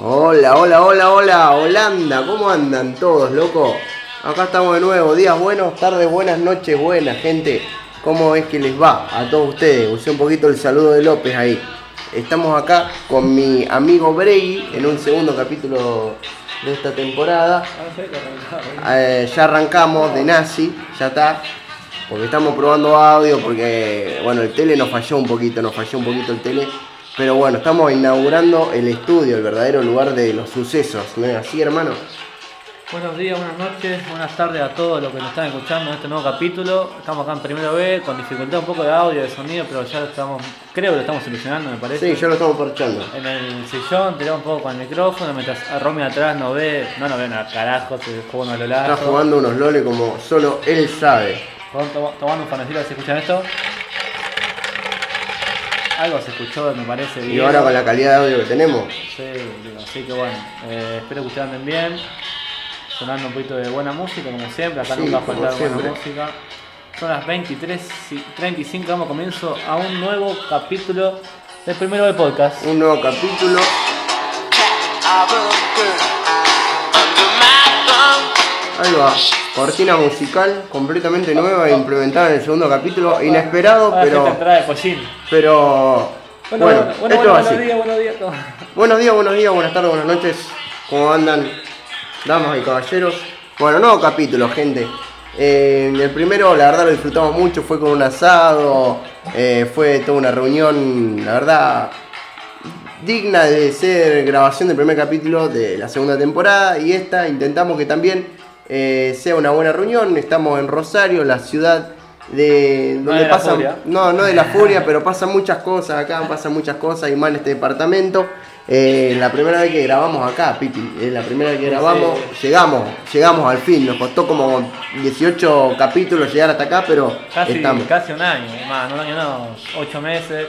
Hola, hola, hola, hola, Holanda, ¿cómo andan todos, loco? Acá estamos de nuevo, días buenos, tardes buenas, noches buenas, gente. ¿Cómo es que les va a todos ustedes? Usé un poquito el saludo de López ahí. Estamos acá con mi amigo Brey en un segundo capítulo de esta temporada. Eh, ya arrancamos de Nazi, ya está. Porque estamos probando audio, porque bueno, el tele nos falló un poquito, nos falló un poquito el tele. Pero bueno, estamos inaugurando el estudio, el verdadero lugar de los sucesos. ¿No es así, hermano? Buenos días, buenas noches, buenas tardes a todos los que nos están escuchando en este nuevo capítulo. Estamos acá en primera vez, con dificultad un poco de audio, de sonido, pero ya lo estamos, creo que lo estamos solucionando, me parece. Sí, yo lo estamos parchando. En el sillón, tirado un poco con el micrófono, mientras a Romy atrás no ve, no nos ve nada, carajo, se juega uno a lo largo. Está jugando unos loles como solo él sabe. Tom- Tomando un panecito, si escuchan esto. Algo se escuchó, me parece. Y bien. ahora con la calidad de audio que tenemos, Sí, digo, así que bueno, eh, espero que ustedes anden bien. Sonando un poquito de buena música, como siempre. Acá Sí, nunca como falta buena siempre. música. Son las 23.35, damos comienzo a un nuevo capítulo del primero del podcast. un nuevo capítulo. Ahí va, cortina musical completamente nueva e implementada en el segundo capítulo. Inesperado, Ahora Ah, sí te pero. entrada de pollín. Pero. Bueno, Bueno, bueno, bueno, esto va buenos así. días, buenos días. a todos. Buenos días, buenos días, buenas tardes, buenas noches. ¿Cómo andan, damas y caballeros? Bueno, nuevo capítulo, gente. Eh, el primero, la verdad, lo disfrutamos mucho. Fue con un asado, eh, fue toda una reunión, la verdad, digna de ser grabación del primer capítulo de la segunda temporada. Y esta intentamos que también eh, sea una buena reunión. Estamos en Rosario, la ciudad de No donde de la pasan- furia. no, no de la furia, pero pasan muchas cosas acá, pasan muchas cosas y más en este departamento. Eh, la primera vez que grabamos acá, Pipi, eh, la primera vez que grabamos, llegamos, llegamos al fin, nos costó como 18 capítulos llegar hasta acá, pero Casi, estamos. casi un año, eh, más, no un año no, ocho meses.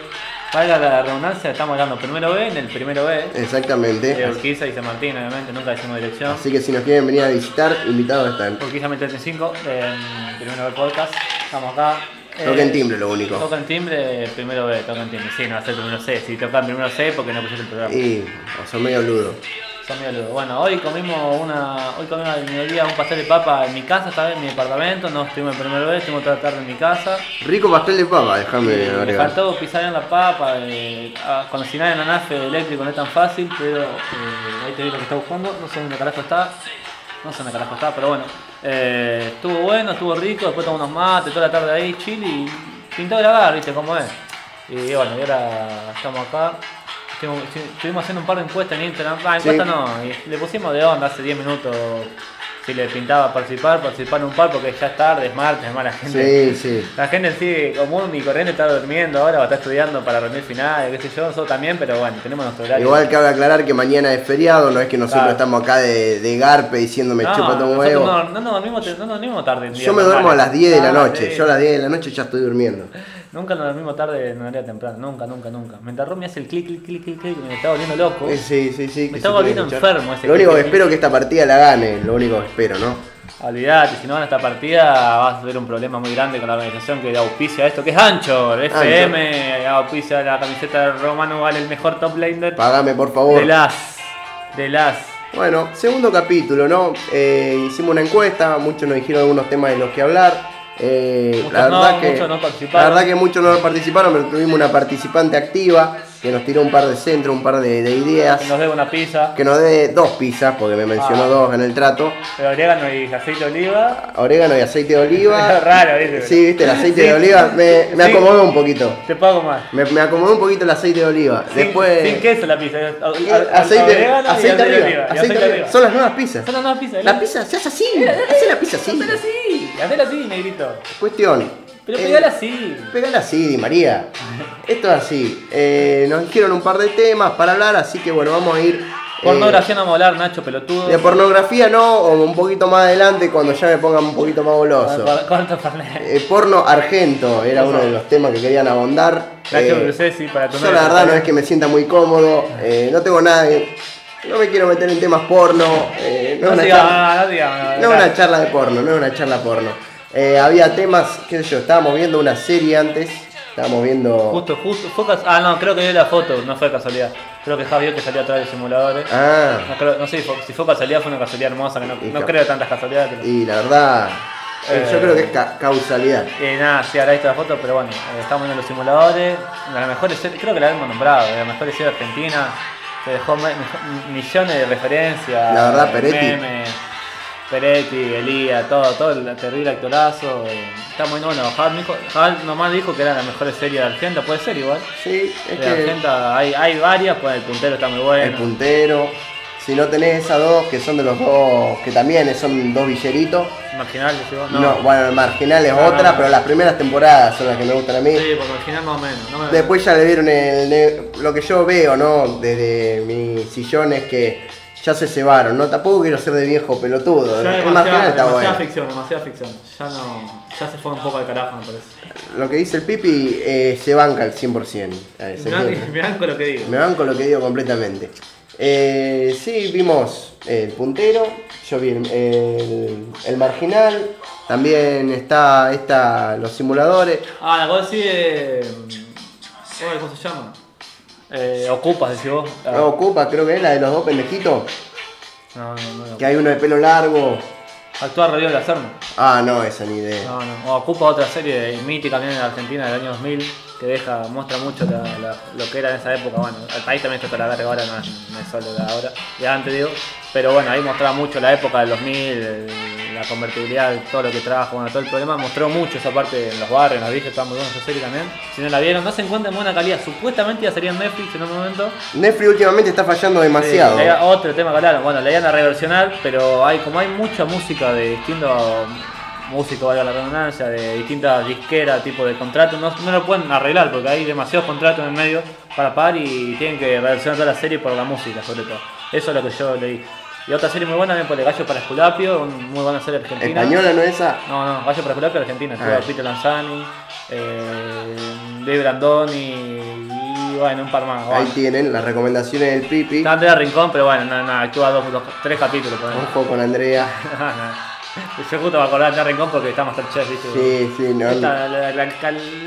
Valga la redundancia, estamos hablando primero B en el primero B. De Exactamente. Urquiza y San Martín, obviamente, nunca decimos dirección. Así que si nos quieren venir a visitar, invitados están. Urquiza 35, eh, primero del podcast, estamos acá. Eh, Toquen timbre lo único. Tocan timbre, primero B, tocan timbre. Sí, no va a ser primero C. Si tocan primero C, porque no pusiste el programa. Y, o sea, medio ludo. Son medio ludos. Bueno, hoy comimos una. Hoy comimos al mediodía un pastel de papa en mi casa, esta vez en mi departamento. No estuvimos en primero B, estuvimos toda la tarde en mi casa. Rico pastel de papa, déjame me agregar. faltó pisar en la papa, eh, a- cocinar en anafe eléctrico no es tan fácil, pero eh, ahí te vi lo que está buscando, no sé dónde carajo está, no sé dónde carajo está, pero bueno, eh, estuvo bueno, estuvo rico, después tomamos unos mates, toda la tarde ahí, chile y pintó grabar, viste cómo es. Y bueno, y ahora estamos acá. Estuvimos, estuvimos haciendo un par de encuestas en Instagram. Ah, Sí. encuestas no, y le pusimos de onda hace 10 minutos si le pintaba participar, participar en un par porque ya es tarde, es martes, es mala gente. Sí, sí. La gente sigue común y corriente está durmiendo ahora o está estudiando para rendir final, qué sé yo, nosotros también, pero bueno, tenemos nuestro horario. Igual cabe aclarar que mañana es feriado, no es que nosotros Claro. estamos acá de, de garpe diciendo me no, chupa todo un nosotros huevo. No, no, nos dormimos, te- no nos dormimos tarde. en día Yo me normal. duermo a las 10 de la Ah, noche. sí. Yo a las 10 de la noche ya estoy durmiendo. Nunca nos dormimos tarde en horario temprano, nunca, nunca, nunca. Mientras Romy hace el clic, clic, clic, clic, clic, me está volviendo loco. Eh, Sí, sí, sí. Me que está se volviendo puede escuchar. enfermo ese Lo único que clic, clic. espero es que esta partida la gane. Lo único que espero, ¿no? Olvidate, si no van a esta partida vas a tener un problema muy grande con la organización que auspicia esto, que es Anchor, FM, auspicia la camiseta de Romano, vale el mejor top laner Pagame, por favor. de las, de las. Bueno, segundo capítulo, ¿no? Eh, hicimos una encuesta, muchos nos dijeron algunos temas de los que hablar. Eh, Muchos la, no, verdad que, muchos no participaron. la verdad que muchos no participaron, pero tuvimos una participante activa que nos tiró un par de centros, un par de, de ideas. Que nos dé una pizza. Que nos dé dos pizzas, porque me mencionó Ah. dos en el trato. Pero orégano y aceite de oliva. Orégano y aceite de oliva. Es raro, ¿viste? Ah, Sí, viste, el aceite de Sí. oliva me, me Sí. acomodó un poquito. Te pago más. Me, me acomodó un poquito el aceite de oliva. Sin- Después. Sin, queso la pizza. O- Eh, o- o- aceite, orégano y aceite de arriba, oliva, y aceite arriba. arriba. Son las nuevas pizzas. Son las nuevas pizzas. ¿eh? La pizza se hace así. Hace la pizza así. Hacela así. Hacela así, negrito. Cuestión. Pero eh, pegala así. Pegala así, Di María. Esto es así. Eh, nos dijeron un par de temas para hablar, así que bueno, vamos a ir. eh, Pornografía no molar, Nacho, pelotudo. de pornografía no, o un poquito más adelante cuando ya me pongan un poquito más goloso. Cor- Corto Fernet. Eh, porno argento era uno de los temas que querían abondar. Nacho Eh, Brucesi para tu yo novia. la verdad no es que me sienta muy cómodo, eh, no tengo nada, que- no me quiero meter en temas porno, eh, no, No es una digas, charla, no, no digas. no es dale. una charla de porno, no es una charla porno. Eh, había temas, qué sé yo, estábamos viendo una serie antes Estábamos viendo. Justo, justo. Fue cas- ah, no, creo que vio la foto, no fue casualidad. Creo que Javier que salía atrás ¿eh? de los simuladores. Ah, No, creo- no sé si fue, si fue casualidad, fue una casualidad hermosa, que no, Y no cap- creo tantas casualidades. Pero... y la verdad, eh, yo Eh. creo que es ca- causalidad. Eh, nada, sí, ahora visto la foto, pero bueno, eh, estamos viendo los simuladores. Una de las mejores series- creo que la hemos nombrado, de las mejores series argentinas. Se dejó me- me- millones de referencias. La verdad, eh, Peretti. memes, Peretti, Elías, todo, todo el terrible actorazo. eh, está muy bueno. Hal, dijo- Hal nomás dijo que eran las mejores series de Argenta, puede ser igual. Sí, es de que Argenta hay, hay varias, pues el puntero está muy el bueno. puntero. Si no tenés esas dos, que son de los dos, que también son dos villeritos. Marginal, decís vos, No, bueno, el marginal es No, otra, no. pero las primeras temporadas son las que me gustan a mí. Sí, por marginal más o menos. no me- Después ya le vieron el, ne- lo que yo veo, ¿no? Desde mi sillón es que ya se cebaron, ¿no? Tampoco quiero ser de viejo pelotudo. Ya El demasiada, marginal está demasiada bueno. ficción, demasiada ficción. Ya no. Ya se fue un poco al carajo, me parece. Lo que dice el Pipi eh, se banca al 100%. Eh, se Mirá, entiende. mirá con lo que digo. Me banco lo que digo completamente. Eh, sí, vimos el puntero, yo vi el, el- el marginal, también está, está los simuladores. Ah, la cosa sí eh, oh, ¿Cómo se llama? Eh, Ocupas, decís vos. Ah, No ocupa, creo que es la de los dos pendejitos, No, Ah, no, no. que hay uno de pelo largo. Actúa Rodrigo Lazarno. Ah, no, esa ni idea. No, no. O Ocupa otra serie mítica también en Argentina del año 2000 que deja, muestra mucho la- la- lo que era en esa época. Bueno, el país también está para la verga ahora, no es, no es solo de ahora, de antes digo. Pero bueno, ahí mostraba mucho la época del 2000, el- la convertibilidad, todo lo que trajo, bueno, todo el problema. Mostró mucho esa parte en los barrios, en las villas, estaba muy buena esa serie también. Si no la vieron, no se encuentra en buena calidad. Supuestamente ya sería en Netflix en un momento. Netflix últimamente está fallando Sí, eh, demasiado. le- otro tema que hablaron, bueno, la iban a reversionar, pero hay como hay mucha música de distintos músicos, valga la redundancia, de distintas disqueras, tipo de contratos, no, no lo pueden arreglar porque hay demasiados contratos en el medio para pagar y tienen que reversionar toda la serie por la música, sobre todo. Eso es lo que yo leí. Y otra serie muy buena también por el Gallo para Esculapio, un- muy buena serie argentina. Española no es esa. No, no, Gallo para Esculapio Argentina, estuvo Ah. Peter Lanzani, eh, Dave Brandoni y bueno, un par más. Ahí bueno. tienen las recomendaciones del Pipi. Ah. Está Andrea Rincón, pero bueno, no, no, actúa dos, dos- tres capítulos por ahí. Ojo con Andrea. Yo justo me acordaba de Andrea Rincón porque está Masterchef, ¿viste? Sí, sí, no. Esta- la, la- la-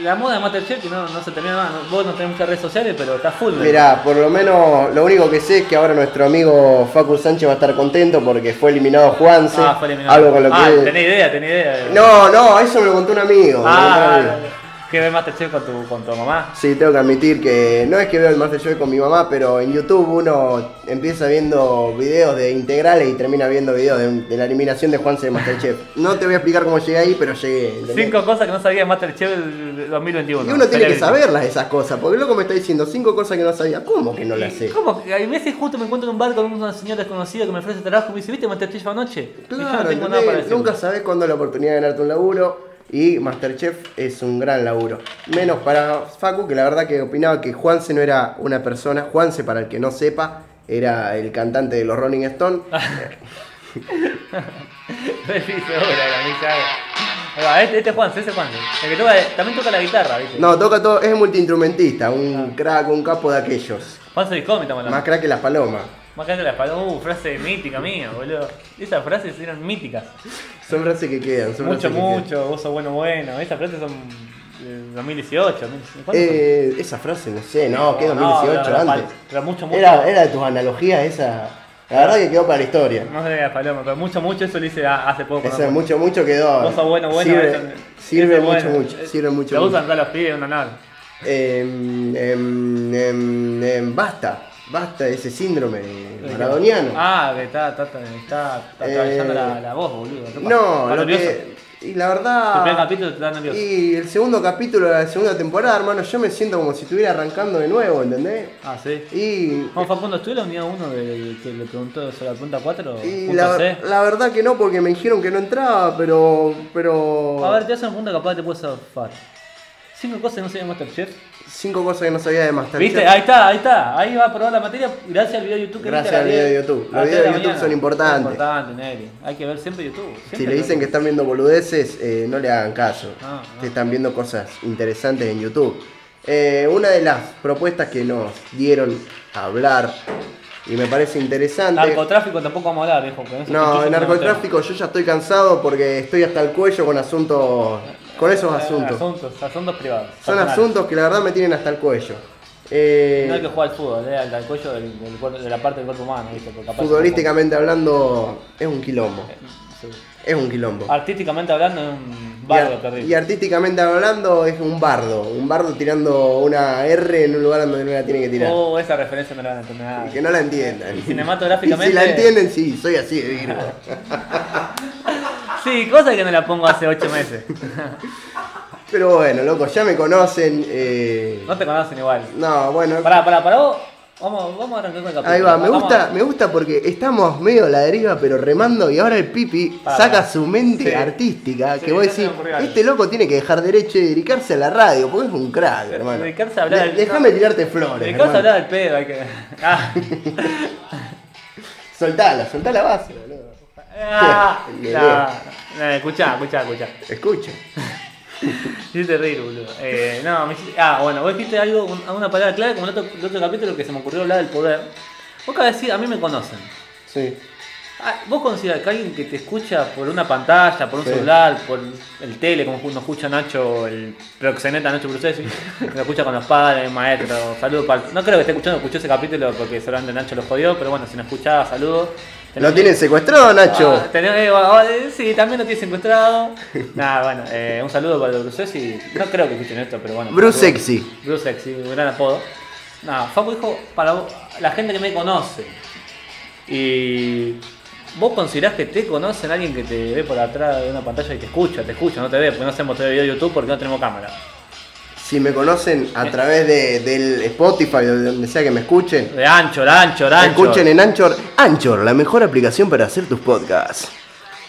la moda de Masterchef que no, no se termina más. No- Vos no tenés muchas redes sociales, pero está full. ¿no? Mirá, por lo menos lo único que sé es que ahora nuestro amigo Facu Sánchez va a estar contento porque fue eliminado Juanse. Ah, fue eliminado. Algo con lo Ah, que. tenés idea, tenés idea. No, no, eso me lo contó un amigo. me lo contó un Ah, amigo. que ve Masterchef con tu, con tu mamá. Sí, tengo que admitir que no es que veo el Masterchef con mi mamá, pero en YouTube uno empieza viendo videos de integrales y termina viendo videos de, de la eliminación de Juanse de Masterchef. No te voy a explicar cómo llegué ahí, pero llegué. ¿entendés? Cinco cosas que no sabía de Masterchef del 2021. Y uno tiene que Celebrity. saberlas esas cosas, porque loco me está diciendo cinco cosas que no sabía. ¿Cómo que no las sé? ¿Cómo? que Hay veces justo me encuentro en un bar con una señora desconocida que me ofrece trabajo y me dice, ¿viste Masterchef anoche? Y yo no Claro, tengo nada ¿entendés? para decir. nunca sabés cuándo es la oportunidad de ganarte un laburo. Y Masterchef es un gran laburo. Menos para Facu, que la verdad que opinaba que Juanse no era una persona. Juanse, para el que no sepa, era el cantante de los Rolling Stones. Ahora, este, este es Juanse, ese es Juanse. El que toca, también toca la guitarra, ¿viste? No, toca todo, es multiinstrumentista, un crack, un capo de aquellos. Juanse Discomi estamos Más hablando. crack que las palomas. Más que la espalda. Uh, frase mítica mía, boludo. Esas frases eran míticas. Son frases que quedan, son Mucho, frases que quedan. mucho, vos sos bueno, bueno. Esas frases son eh, 2018. 2015. ¿Cuándo son? Eh, esa frase, no sé, no, que No, 2018 no, no, antes. pal- pero mucho, mucho. Era, eh, era de tus analogías esa. La verdad que quedó para la historia. No sé de la paloma, pero mucho, mucho eso lo hice a- hace poco. Ese ¿no? mucho, mucho quedó. Vos sos bueno, bueno. Sirve, eso- sirve eso es mucho, bueno. mucho. Sirve Te mucho, mucho. gustan acá los pibes, una nave. Em, em, em, em, basta, basta de ese síndrome maradoniano. Eh, Ah, que está, está, está, está atravesando la, la voz, boludo. ¿Qué pasa? No, ¿Estás lo nervioso? que. Y la Tu primer verdad. capítulo te da nervioso. Y el segundo capítulo de la segunda temporada, hermano, yo me siento como si estuviera arrancando de nuevo, ¿entendés? Ah, sí. Y. Juan Facundo, ¿estuve la unidad 1 de, que le preguntó sobre la punta 4? y punta la, C? la verdad que no, porque me dijeron que no entraba, pero. pero A ver, te hacen una pregunta capaz te puedes zafar. Cinco cosas que no sé de Masterchef. Cinco cosas que no sabía de Masterchef. ¿Viste? Ah. Ahí está, ahí está. Ahí va a probar la materia gracias al video de YouTube que Gracias viste a al las video de 10, YouTube. a Los las videos de 3 la YouTube mañana. son importantes. Son importantes, Neri. Hay que ver siempre YouTube. Siempre Si le dicen que están viendo boludeces, eh, no le hagan caso. No, no. Te están viendo cosas interesantes en YouTube. Eh, una de las propuestas que nos dieron a hablar y me parece interesante. Narcotráfico tampoco vamos a hablar, viejo. porque No, se el escucha narcotráfico yo ya estoy cansado porque estoy hasta el cuello con asuntos con esos asuntos. Asuntos, asuntos privados. Son personales. asuntos que la verdad me tienen hasta el cuello. Eh, No hay que jugar al fútbol, eh, al, al cuello del, del cuerpo- de la parte del cuerpo humano, ¿viste? Porque capaz- futbolísticamente hablando, es un quilombo. Sí. Es un quilombo. Artísticamente hablando, es un Y ar- Ah, bardo terrible. Y artísticamente hablando, es un bardo. Un bardo tirando una R en un lugar donde no la tiene que tirar. Oh, esa referencia no la van a entender nada. Y que no la entiendan. Y Y cinematográficamente- si la entienden, sí, soy así de virgo. Sí, cosa que no la pongo hace 8 meses. Pero bueno, loco, ya me conocen. eh, No te conocen igual. No, bueno. Pará, pará, pará vos. Vamos, vamos a arrancar con el capítulo. Ahí va, me Vamos- gusta, me gusta porque estamos medio a la deriva, pero remando, y ahora el Pipi Para. saca su mente Sí. artística, Sí, que vos no se decís, me ocurrió algo. este loco tiene que dejar derecho y dedicarse a la radio, porque es un crack, Pero hermano. dedicarse a hablar De- del- Déjame tirarte flores, Dedicás a hermano. hablar del pedo, hay que. Ah. Soltala, soltá la base, boludo. Ah, Qué la- la- Escuchá, escuchá, escuchá. Escucha. Hiciste reír, boludo. Eh, no, me hiciste- Ah, bueno, vos dijiste algo, un- una palabra clave, como en el otro, el otro capítulo que se me ocurrió hablar del poder. Vos acabas de decir, a mí me conocen. Sí. Ah, ¿Vos considerás que alguien que te escucha por una pantalla, por un Sí. celular, por el tele, como nos escucha Nacho, el proxeneta Nacho Brucesi, que lo escucha con los padres, maestro, saludos para... No creo que esté escuchando, escuchó ese capítulo porque solamente Nacho lo jodió, pero bueno, si no escuchaba, saludos. Lo tienen secuestrado, Nacho. Ah, tenés- eh, ah, eh, sí, también lo tienes encontrado. Nada, bueno, eh, un saludo para Brucesi. No creo que escuchen esto, pero bueno. Bruce saludos. Sexy. Bruce Sexy, un gran apodo. Nada, Facu dijo, para vos- la gente que me conoce. Y vos considerás que te conocen alguien que te ve por atrás de una pantalla y te escucha, te escucha, no te ve, porque no hacemos todavía video de YouTube porque no tenemos cámara. Si me conocen a través de, del Spotify, de donde sea que me escuchen, De ancho, de ancho, de ancho. escuchen en Anchor. Anchor, la mejor aplicación para hacer tus podcasts.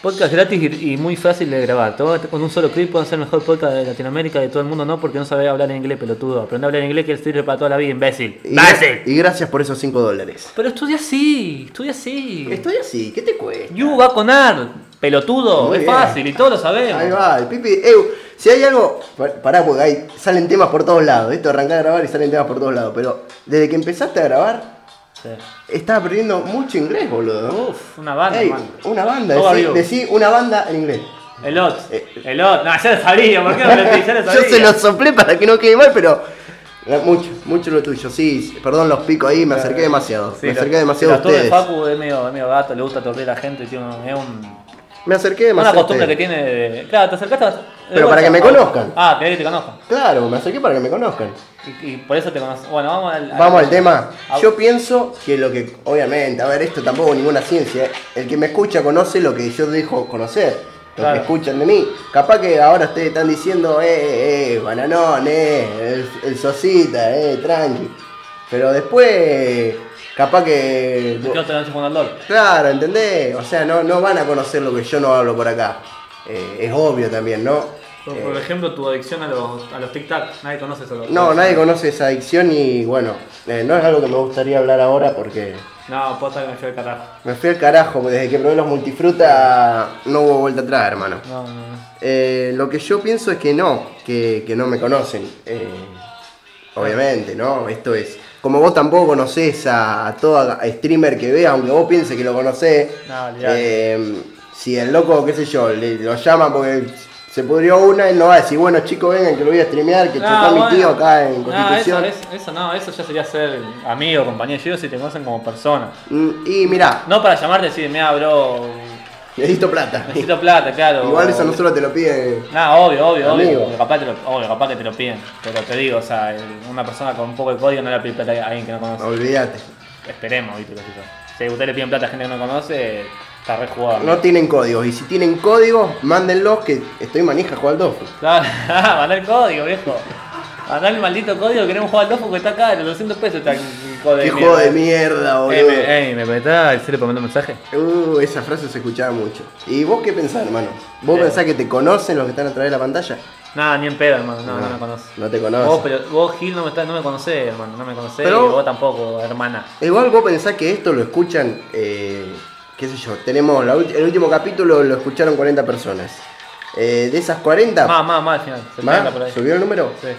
Podcast gratis y, y muy fácil de grabar. Todo- con un solo clip pueden ser el mejor podcast de Latinoamérica y de todo el mundo, no porque no sabe hablar en inglés, pelotudo. Aprende a hablar en inglés que sirve para toda la vida, imbécil. Y, y gracias por esos 5 dólares. Pero estudia así, estudia así. Estoy así, ¿qué te cuesta? You va con ar, pelotudo, Muy es bien. fácil y todos lo sabemos. Ahí va, el pipi. Eu, si hay algo. par- Pará, porque ahí salen temas por todos lados. Esto arrancá a grabar y salen temas por todos lados. Pero desde que empezaste a grabar, Sí. estás aprendiendo mucho inglés, boludo. Uf, una banda, Ey, man. una banda, How are decí, you? decí una banda en inglés. Elot, Eh. Elot, no, ya lo sabía, ¿por qué no lo decís? Ya lo Yo sabía. se lo soplé para que no quede mal, pero. la- Mucho, mucho lo tuyo, sí, perdón los picos ahí, me acerqué demasiado, Sí, me lo- acerqué demasiado a lo tuve ustedes. Facu es medio, es medio gato, le gusta torcer a la gente, tiene un- es un, Me acerqué una demasiado. a costumbre que ustedes. tiene de... Claro, te acercaste a... de este. Pero para vuelta. que me conozcan. Ah, querés que te conozcan. Claro, me acerqué para que me conozcan. Y, y por eso te conozco. Bueno, vamos al, Vamos al tema. A- Yo pienso que lo que, obviamente, a ver, esto tampoco es ninguna ciencia. ¿eh? El que me escucha conoce lo que yo dejo conocer, lo Claro. que escuchan de mí. Capaz que ahora ustedes están diciendo, eh, eh, eh, bananón, eh, el, el sosita, eh, tranqui. Pero después, capaz que. Yo te lanzo con al LOL. Claro, ¿entendés? O sea, no, no van a conocer lo que yo no hablo por acá. Eh, es obvio también, ¿no? Por, por ejemplo, tu adicción a los, a los tic-tac. Nadie conoce eso. No, nadie conoce esa adicción y bueno, eh, no es algo que me gustaría hablar ahora porque No, posta que me fui al carajo. Me fui al carajo, porque desde que probé los multifruta no hubo vuelta atrás, hermano. No, no, no. Eh, lo que yo pienso es que no, que, que no me conocen. Eh, obviamente, ¿no? Esto es. Como vos tampoco conocés a, a toda streamer que veas, aunque vos pienses que lo conocés. No, olvidate. eh, si el loco, qué sé yo, le- lo llama porque se pudrió una, él no va a decir, bueno chicos, vengan que lo voy a streamear, que chocó Ah, mi tío bueno. acá en No, Constitución. eso, eso- eso no, eso ya sería ser amigo, compañero. Yo digo si te conocen como persona. Mm, Y mirá, No para llamarte y decir, mira, bro, necesito plata. necesito plata, claro. Igual eso no solo te lo piden. No, obvio, obvio, Amigo. obvio. Capaz, te lo, obvio, capaz que te lo piden. Pero te digo, o sea, el- una persona con un poco de código no le pide plata a alguien que no conoce. Olvídate. Esperemos, viste, qué sé yo. Si ustedes le piden plata a gente que no conoce, está re jugado. No tienen códigos. Y si tienen códigos, mándenlos que estoy manija a jugar al Dofus. Claro, mandá el código, viejo. Mandá el maldito código, queremos jugar al dofo que está caro, 200 pesos está el código. Qué juego de mierda, Ey, boludo. Eh, me, ey, ¿me prestás el celu para mandar un mensaje? Uh, esa frase se escuchaba mucho. ¿Y vos qué pensás, hermano? ¿Vos Eh. pensás que te conocen los que están a través de la pantalla? Nada, ni en pedo, hermano, no, no, me conoces. No te Vos, conocen. pero, vos, Gil, no me, estás, no me conocés, hermano, no me conocés, Pero- y vos tampoco, hermana. Eh, Igual vos pensás que esto lo escuchan, eh, qué sé yo, tenemos la ulti- el último capítulo lo escucharon 40 personas. Eh, de esas 40, Más, más, más al final, 70 ¿más? por ahí. ¿subió el número? Sí.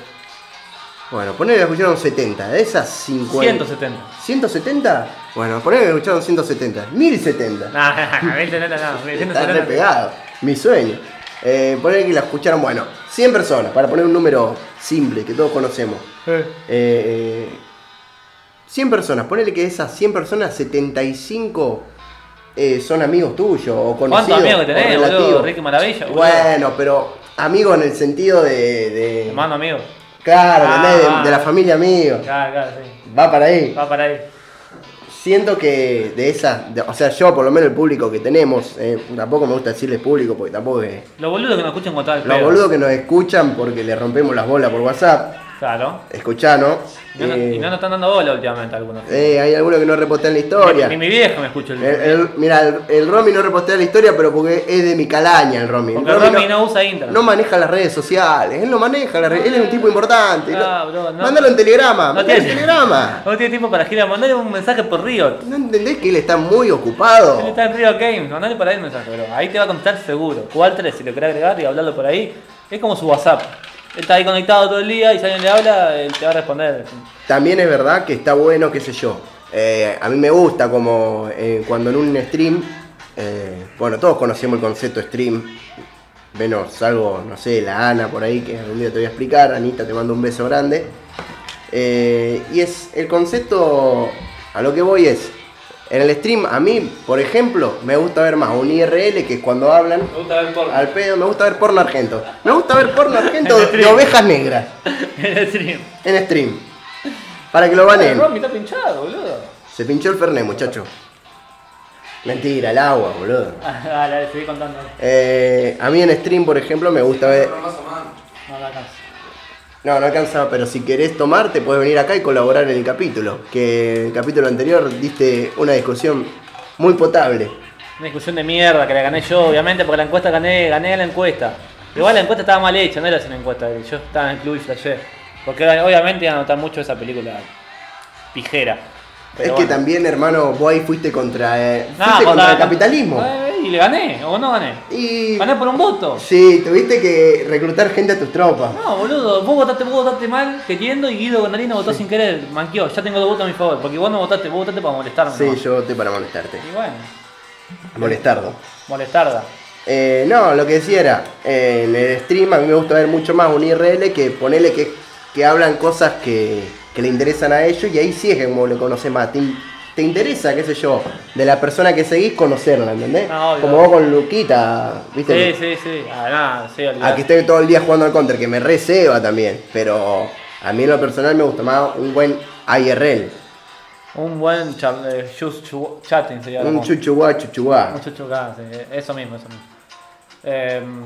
Bueno, ponele que escucharon 70, de esas 50. 170. 170? Bueno, ponele que escucharon 170. 1070. Nah, 20, no, no, no, Está 170. repegado. Mi sueño. Eh, poner que la escucharon, bueno, 100 personas, para poner un número simple que todos conocemos. Eh, 100 personas, ponele que de esas 100 personas, 75 eh, son amigos tuyos o conocidos. ¿Cuántos amigos que o tenés, boludo? relativos. Ricky Maravilla, boludo. Bueno, pero amigos en el sentido de. de- Hermano, Eh, amigo. claro, Ah. ¿entendés? de, de la familia amigo. Claro, claro, sí. Va para ahí. Va para ahí. Siento que de esas, de- o sea, yo por lo menos el público que tenemos, eh, tampoco me gusta decirles público porque tampoco es. Los boludos que nos escuchan con tal Los boludos que nos escuchan porque le rompemos las bolas por WhatsApp, Claro. escuchanos. Y no, Eh, y no nos están dando bola últimamente algunos. eh, hay algunos que no repostean la historia. Eh, Ni, ni mi viejo me escucha el, El, el- mira, el, el Romy no repostea la historia, pero porque es de mi calaña el Romy. Porque Romy no usa internet. no maneja las redes sociales, él no maneja las redes, él es un tipo importante. Ah, No- bro, no. Mándalo en telegrama, No mándalo en tiene- telegrama. No tiene tiempo para girar, mandale un mensaje por Riot. ¿No entendés que él está muy Él ocupado? está en Riot Games, mandale para ahí el mensaje, bro. Ahí te va a contestar seguro. Cualtre, si lo querés agregar y hablarlo por ahí, es como su WhatsApp. Él está ahí conectado todo el día y si alguien le habla, él te va a responder. También es verdad que está bueno, qué sé yo. Eh, a mí me gusta como eh, cuando en un stream, eh, bueno, todos conocemos el concepto stream, menos salvo, no sé, la Ana por ahí, que algún día te voy a explicar, Anita, te mando un beso grande. Eh, y es el concepto, a lo que voy es, en el stream, a mí, por ejemplo, me gusta ver más un IRL que es cuando hablan. Me gusta ver por Al pedo, me gusta ver porno argento. Me gusta ver porno argento En de stream. ovejas negras. el stream. En stream. Para que lo baneen. Romy está pinchado, boludo. Se pinchó el Fernet, muchacho. Mentira, el agua, boludo. Ah, Dale, dale, seguí contando. Eh, a mí en stream, por ejemplo, me gusta ver. No, no alcanza. No, no alcanza, pero si querés tomar, te puedes venir acá y colaborar en el capítulo. Que en el capítulo anterior diste una discusión muy potable. Una discusión de mierda que la gané yo, obviamente, porque la encuesta gané, gané la encuesta. Igual la encuesta estaba mal hecha, no era una encuesta, yo estaba en el club y flashé. Porque obviamente iba a notar mucho esa película pijera. es Pero que bueno. también, hermano, vos ahí fuiste contra, eh, No, fuiste contra la- el capitalismo. Eh, y le gané, o no gané. Y. Gané por un voto. Sí, tuviste que reclutar gente a tus tropas. No, boludo, vos votaste, vos votaste mal queriendo y Guido Gonalino votó sin querer, manqueó, ya tengo dos votos a mi favor, porque vos no votaste, vos votaste para molestarme. Sí, nomás. yo voté para molestarte. Y bueno, Molestardo. molestarda. Eh, no, lo que decía era, eh, en el stream a mí me gusta ver mucho más un IRL que ponerle que, que hablan cosas que, que le interesan a ellos y ahí sí es como lo conoces más. Te, in- te interesa, qué sé yo, de la persona que seguís conocerla, ¿entendés? Ah, obvio. como vos con Luquita, Sí, ¿viste? sí, sí. Ah, nada, sí, olvidate. A que estoy todo el día jugando al counter, que me receba también, pero a mí en lo personal me gusta más un buen IRL. Un buen char- eh, chus- chu- chatting sería. Un como- chuchuá, un chuchuá. chuchucá, sí, eso mismo, eso mismo. Em,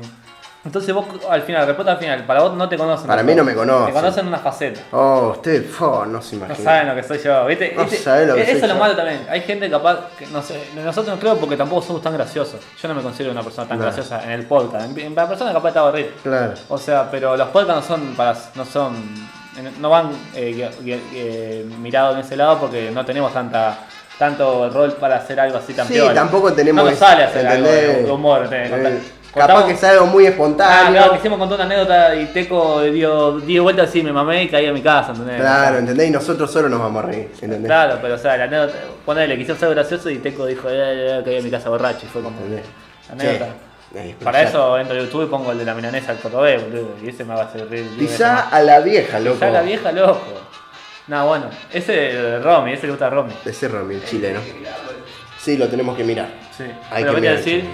entonces vos al final, respuesta al final, para vos no te conocen. Para mí no me conocen. Te conocen una faceta. Oh, usted, fo, no se No imagina. saben lo que soy yo, ¿viste? No ¿Viste? saben lo que eso soy es lo yo. malo también. Hay gente capaz, que, no sé, nosotros no creo porque tampoco somos tan graciosos. Yo no me considero una persona tan No. graciosa en el podcast. En, en la persona capaz estaba aburrida. Claro. O sea, pero los podcasts no son para, no son, no van eh, gui- gui- eh, mirados en ese lado porque no tenemos tanta tanto rol para hacer algo así tan Sí, piola. tampoco tenemos no nos sale hacer ¿entendés? algo de- de humor. te- Eh, contar- capaz contamos- que sea algo muy Ah, espontáneo. claro, que claro, hicimos contar una anécdota y Teco dio 10 vueltas y me mamé y caí a mi casa, ¿entendés? ¿entendés? Y nosotros solo nos vamos a reír, ¿entendés? Claro, pero o sea, la anécdota, ponele, quiso ser gracioso y Teco dijo, eh, eh, caí a mi casa borracho y fue como... ¿Entendés? La anécdota. Sí. Eh, Para ya. eso entro a YouTube y pongo el de la milanesa al cordobés, boludo, y ese me va a hacer reír. diez veces más. Quizá a la vieja, loco. Ya la vieja loco. No, bueno, ese de Romy, ese le gusta a Romy. De Cerro Mil, chileno. Sí, lo tenemos que mirar. Sí. Hay pero que vete a mirar decir, eso.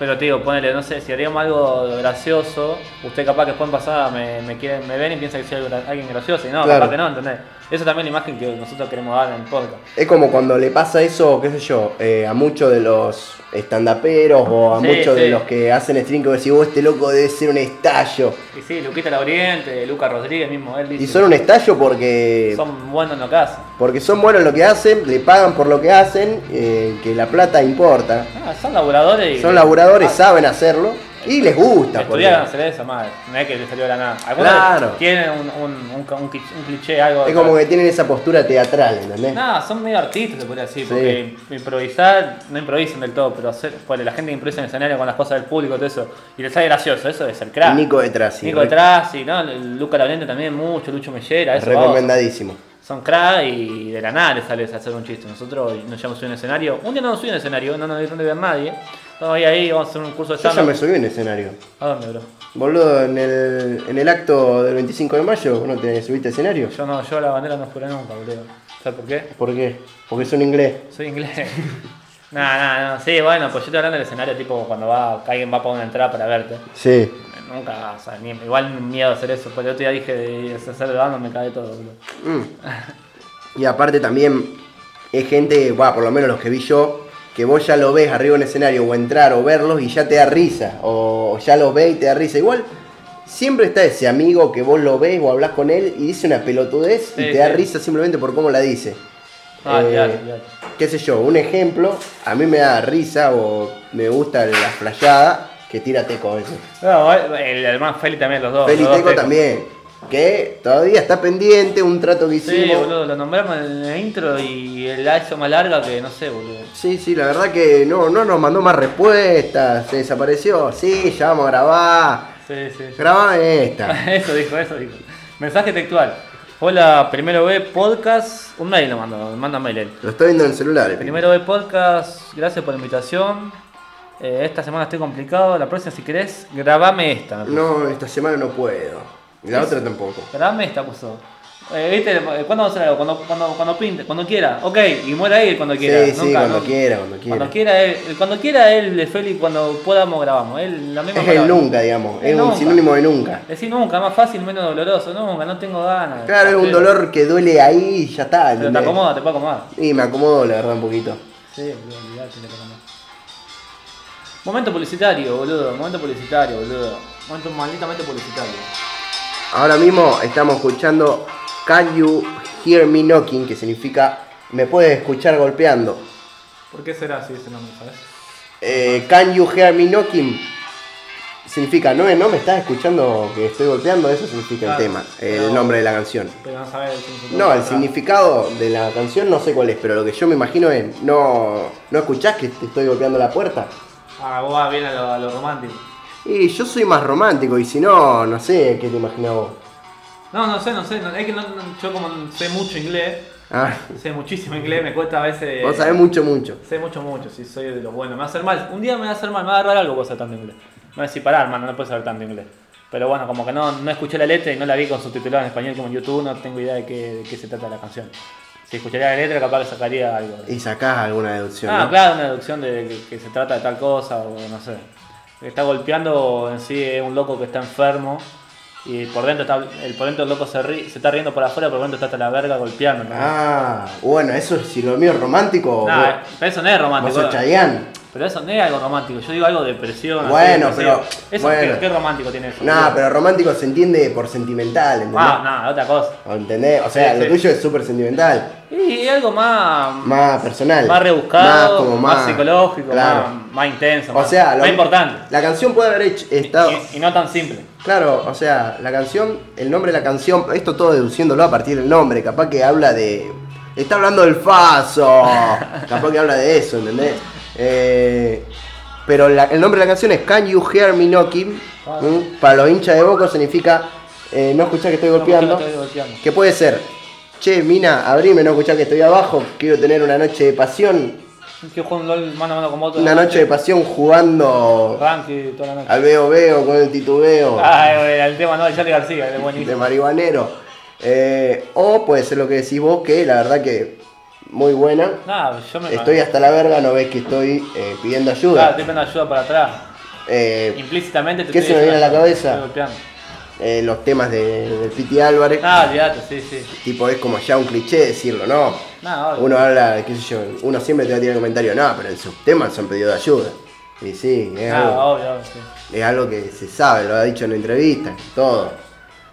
pero te digo, ponele, no sé, si haríamos algo gracioso, usted capaz que después en pasada me, me, quieren- me ven y piensa que soy algo gra- alguien gracioso, y no, Claro. capaz que no, ¿entendés? Eso también es la imagen que nosotros queremos dar en el podcast. Es como cuando le pasa eso, qué sé yo, eh, a muchos de los estandaperos o a Sí, muchos de sí. los que hacen stream que vos decís, vos este loco debe ser un estallo. Y sí, Luquita Lauriente, Luca Rodríguez mismo, él dice, Y son un estallo porque son buenos no casa. Porque son buenos en lo que hacen, le pagan por lo que hacen, eh, que la plata importa. Ah, son laburadores y Son laburadores, saben hacerlo y les gusta. estudiaron porque- hacer eso, madre. No es que le salió de la nada. Algunos Claro. tienen un, un, un, un cliché- un cliché, algo. Es como que tienen esa postura teatral, ¿entendés? No, son medio artistas, se podría decir, porque improvisar, no improvisan del todo, pero hacer, ponele, la gente que improvisa en el escenario con las cosas del público, todo eso, y les sale gracioso, eso es el crack. Y Nico detrás, sí. Nico de Trassi, ¿no? Luca Laurente también, mucho, Lucho Mellera, eso. vamos. Recomendadísimo. son cra y de la nada les sales a hacer un chiste. Nosotros nos llevamos a un escenario. Un día no nos subí a un escenario, no nos dieron de ver nadie. Estamos ahí, ahí, vamos a hacer un curso de Yo ya me stand subí en escenario. ¿A dónde, bro? Boludo, en el, en el acto del 25 de mayo, ¿no te subiste a escenario? Yo no, yo la bandera no juré nunca, boludo. ¿Sabes por qué? ¿Por qué? Porque es un inglés. Soy inglés. No, no, no, sí, bueno, pues yo estoy hablando del escenario tipo cuando va, que alguien va para una entrada para verte. Sí. Nunca, o sea, ni- igual ni miedo hacer eso, pero el otro día dije de hacer el bando me cae todo, boludo. Mm. Y aparte también es gente, va, por lo menos los que vi yo, que vos ya lo ves arriba en el escenario o entrar o verlos y ya te da risa. O ya lo ves y te da risa. Igual siempre está ese amigo que vos lo ves o hablas con él y dice una pelotudez y Sí, te da sí. risa simplemente por cómo la dice. Ah, Eh, olvidate, olvidate. qué sé yo, un ejemplo, a mí me da risa o me gusta la flayada que tira Teco ese. No, el hermano Feli también, los dos. Feli los dos Teco Teco. también, que todavía está pendiente un trato que Sí, hicimos. boludo, lo nombramos en el intro y el la hizo más larga que no sé, boludo. Sí, sí, la verdad que no, no nos mandó más respuestas, se desapareció. Sí, ya vamos a grabar. Sí, sí. sí. Grabame esta. eso dijo, eso dijo. Mensaje textual. Hola, primero B podcast. Un mail lo mando, me manda mail él. Lo estoy viendo en el celular. eh. el Primero B podcast, gracias por la invitación. Eh, esta semana estoy complicado, la próxima si querés, grabame esta. pibe. No, esta semana no puedo. Y La otra tampoco. Grabame esta, puso. Eh, ¿Viste? ¿Cuándo vamos a hacer algo? Cuando, cuando, cuando pinte, cuando quiera. Ok, y muera él cuando quiera. sí, sí, Nunca, cuando no- quiera, cuando quiera. Cuando quiera él, eh, cuando quiera él, de Feli, cuando podamos grabamos. Él, la misma es el palabra. nunca, digamos. El Es un nunca. sinónimo de nunca. Decir nunca, más fácil, menos doloroso. Nunca, no tengo ganas. Claro, es un Pero- dolor que duele ahí y ya está. Pero te ¿entendés? acomoda, te puede acomodar. Y me acomodo, la verdad, un poquito. Sí, boludo, olvidate, te acomoda. Momento publicitario, boludo. Momento publicitario, boludo. Momento malditamente publicitario. Ahora mismo estamos escuchando Can You Hear Me Knocking, que significa me puedes escuchar golpeando. ¿Por qué será así ese nombre, sabes? Eh, can You Hear Me Knocking significa no, no me estás escuchando que estoy golpeando, eso significa Claro, el tema, eh, el pero- nombre de la canción. Pero no sabes el significado. No, el Ah. significado de la canción no sé cuál es, pero lo que yo me imagino es no, no escuchás que te estoy golpeando la puerta. Ah, vos vas bien a lo, a lo romántico. Y yo soy más romántico y si no, no sé qué te imaginas vos. No, no sé, no sé. no- es que no- no- yo como sé mucho inglés, Ah, sé muchísimo inglés, me cuesta a veces... vos sabés mucho, mucho. Sé mucho, mucho, sí, soy de los buenos. Me va a hacer mal. Un día me va a hacer mal, me va a agarrar algo por saber tanto inglés. Me va a decir, pará, hermano, no puedes saber tanto inglés. Pero bueno, como que no, no escuché la letra y no la vi con subtitulado en español como en YouTube, no tengo idea de qué, de qué se trata la canción. Si escucharía la letra, capaz que sacaría algo. Y sacás alguna deducción. Ah, ¿no? claro, una deducción de que, que se trata de tal cosa o no sé. Que Está golpeando en sí es un loco que está enfermo y por dentro está el por dentro el loco se, ri- se está riendo por afuera, pero por dentro está hasta la verga golpeando. ¿no? Ah, bueno, eso si lo mío es romántico, Nah, vos- pero eso no Ah, es vos romántico. sos Chayanne. Pero eso no es algo romántico, yo digo algo de depresión. Bueno, así, pero- depresión. Eso, bueno. ¿qué, qué romántico tiene eso? Nah, pero romántico se entiende por sentimental, ¿entendés? Ah, nada, otra cosa. ¿Entendés? O sea, Sí, lo sí. tuyo es súper sentimental, Y, y algo más. más personal. más rebuscado, más, como más, más, psicológico, claro. más, más intenso, O más, sea, lo- más importante. La canción puede haber hecho, Y- estado. y- y no tan simple. Claro, o sea, la canción, el nombre de la canción, esto todo deduciéndolo a partir del nombre, capaz que habla de. Está hablando del Faso, capaz que habla de eso, ¿entendés? Eh, pero la- el nombre de la canción es Can You Hear Me Knocking? Ah. ¿Mm? Para los hinchas de Boca significa eh, no escuchar que estoy No, golpeando. yo lo estoy golpeando. Que puede ser, che, mina, abrime, no escuchar que estoy abajo, quiero tener una noche de pasión, Que juega un LOL mano a mano con vos toda una la noche de pasión jugando Ranky toda la noche. al veo veo con el titubeo. Ah, eh, el tema no de Charlie García, es de buenísimo. marihuanero. Eh, o puede ser lo que decís vos, que la verdad que muy buena. Nah, yo me Estoy hasta la verga, no ves que estoy eh, pidiendo Claro, ayuda. estoy pidiendo ayuda para atrás. Eh, Implícitamente te ¿Qué estoy se me viene a la ayudando, cabeza? estoy golpeando. eh, los temas de, del Piti Álvarez, Ah, olvidate, sí, sí. tipo es como ya un cliché decirlo, ¿no? Nah, ahora- Uno habla, qué sé yo, uno siempre te va a tirar el comentario, no, pero en sus temas son pedidos de ayuda. Y sí, es, Nada, algo, Ah, obvio, obvio, sí. es algo que se sabe, lo ha dicho en entrevistas, todo.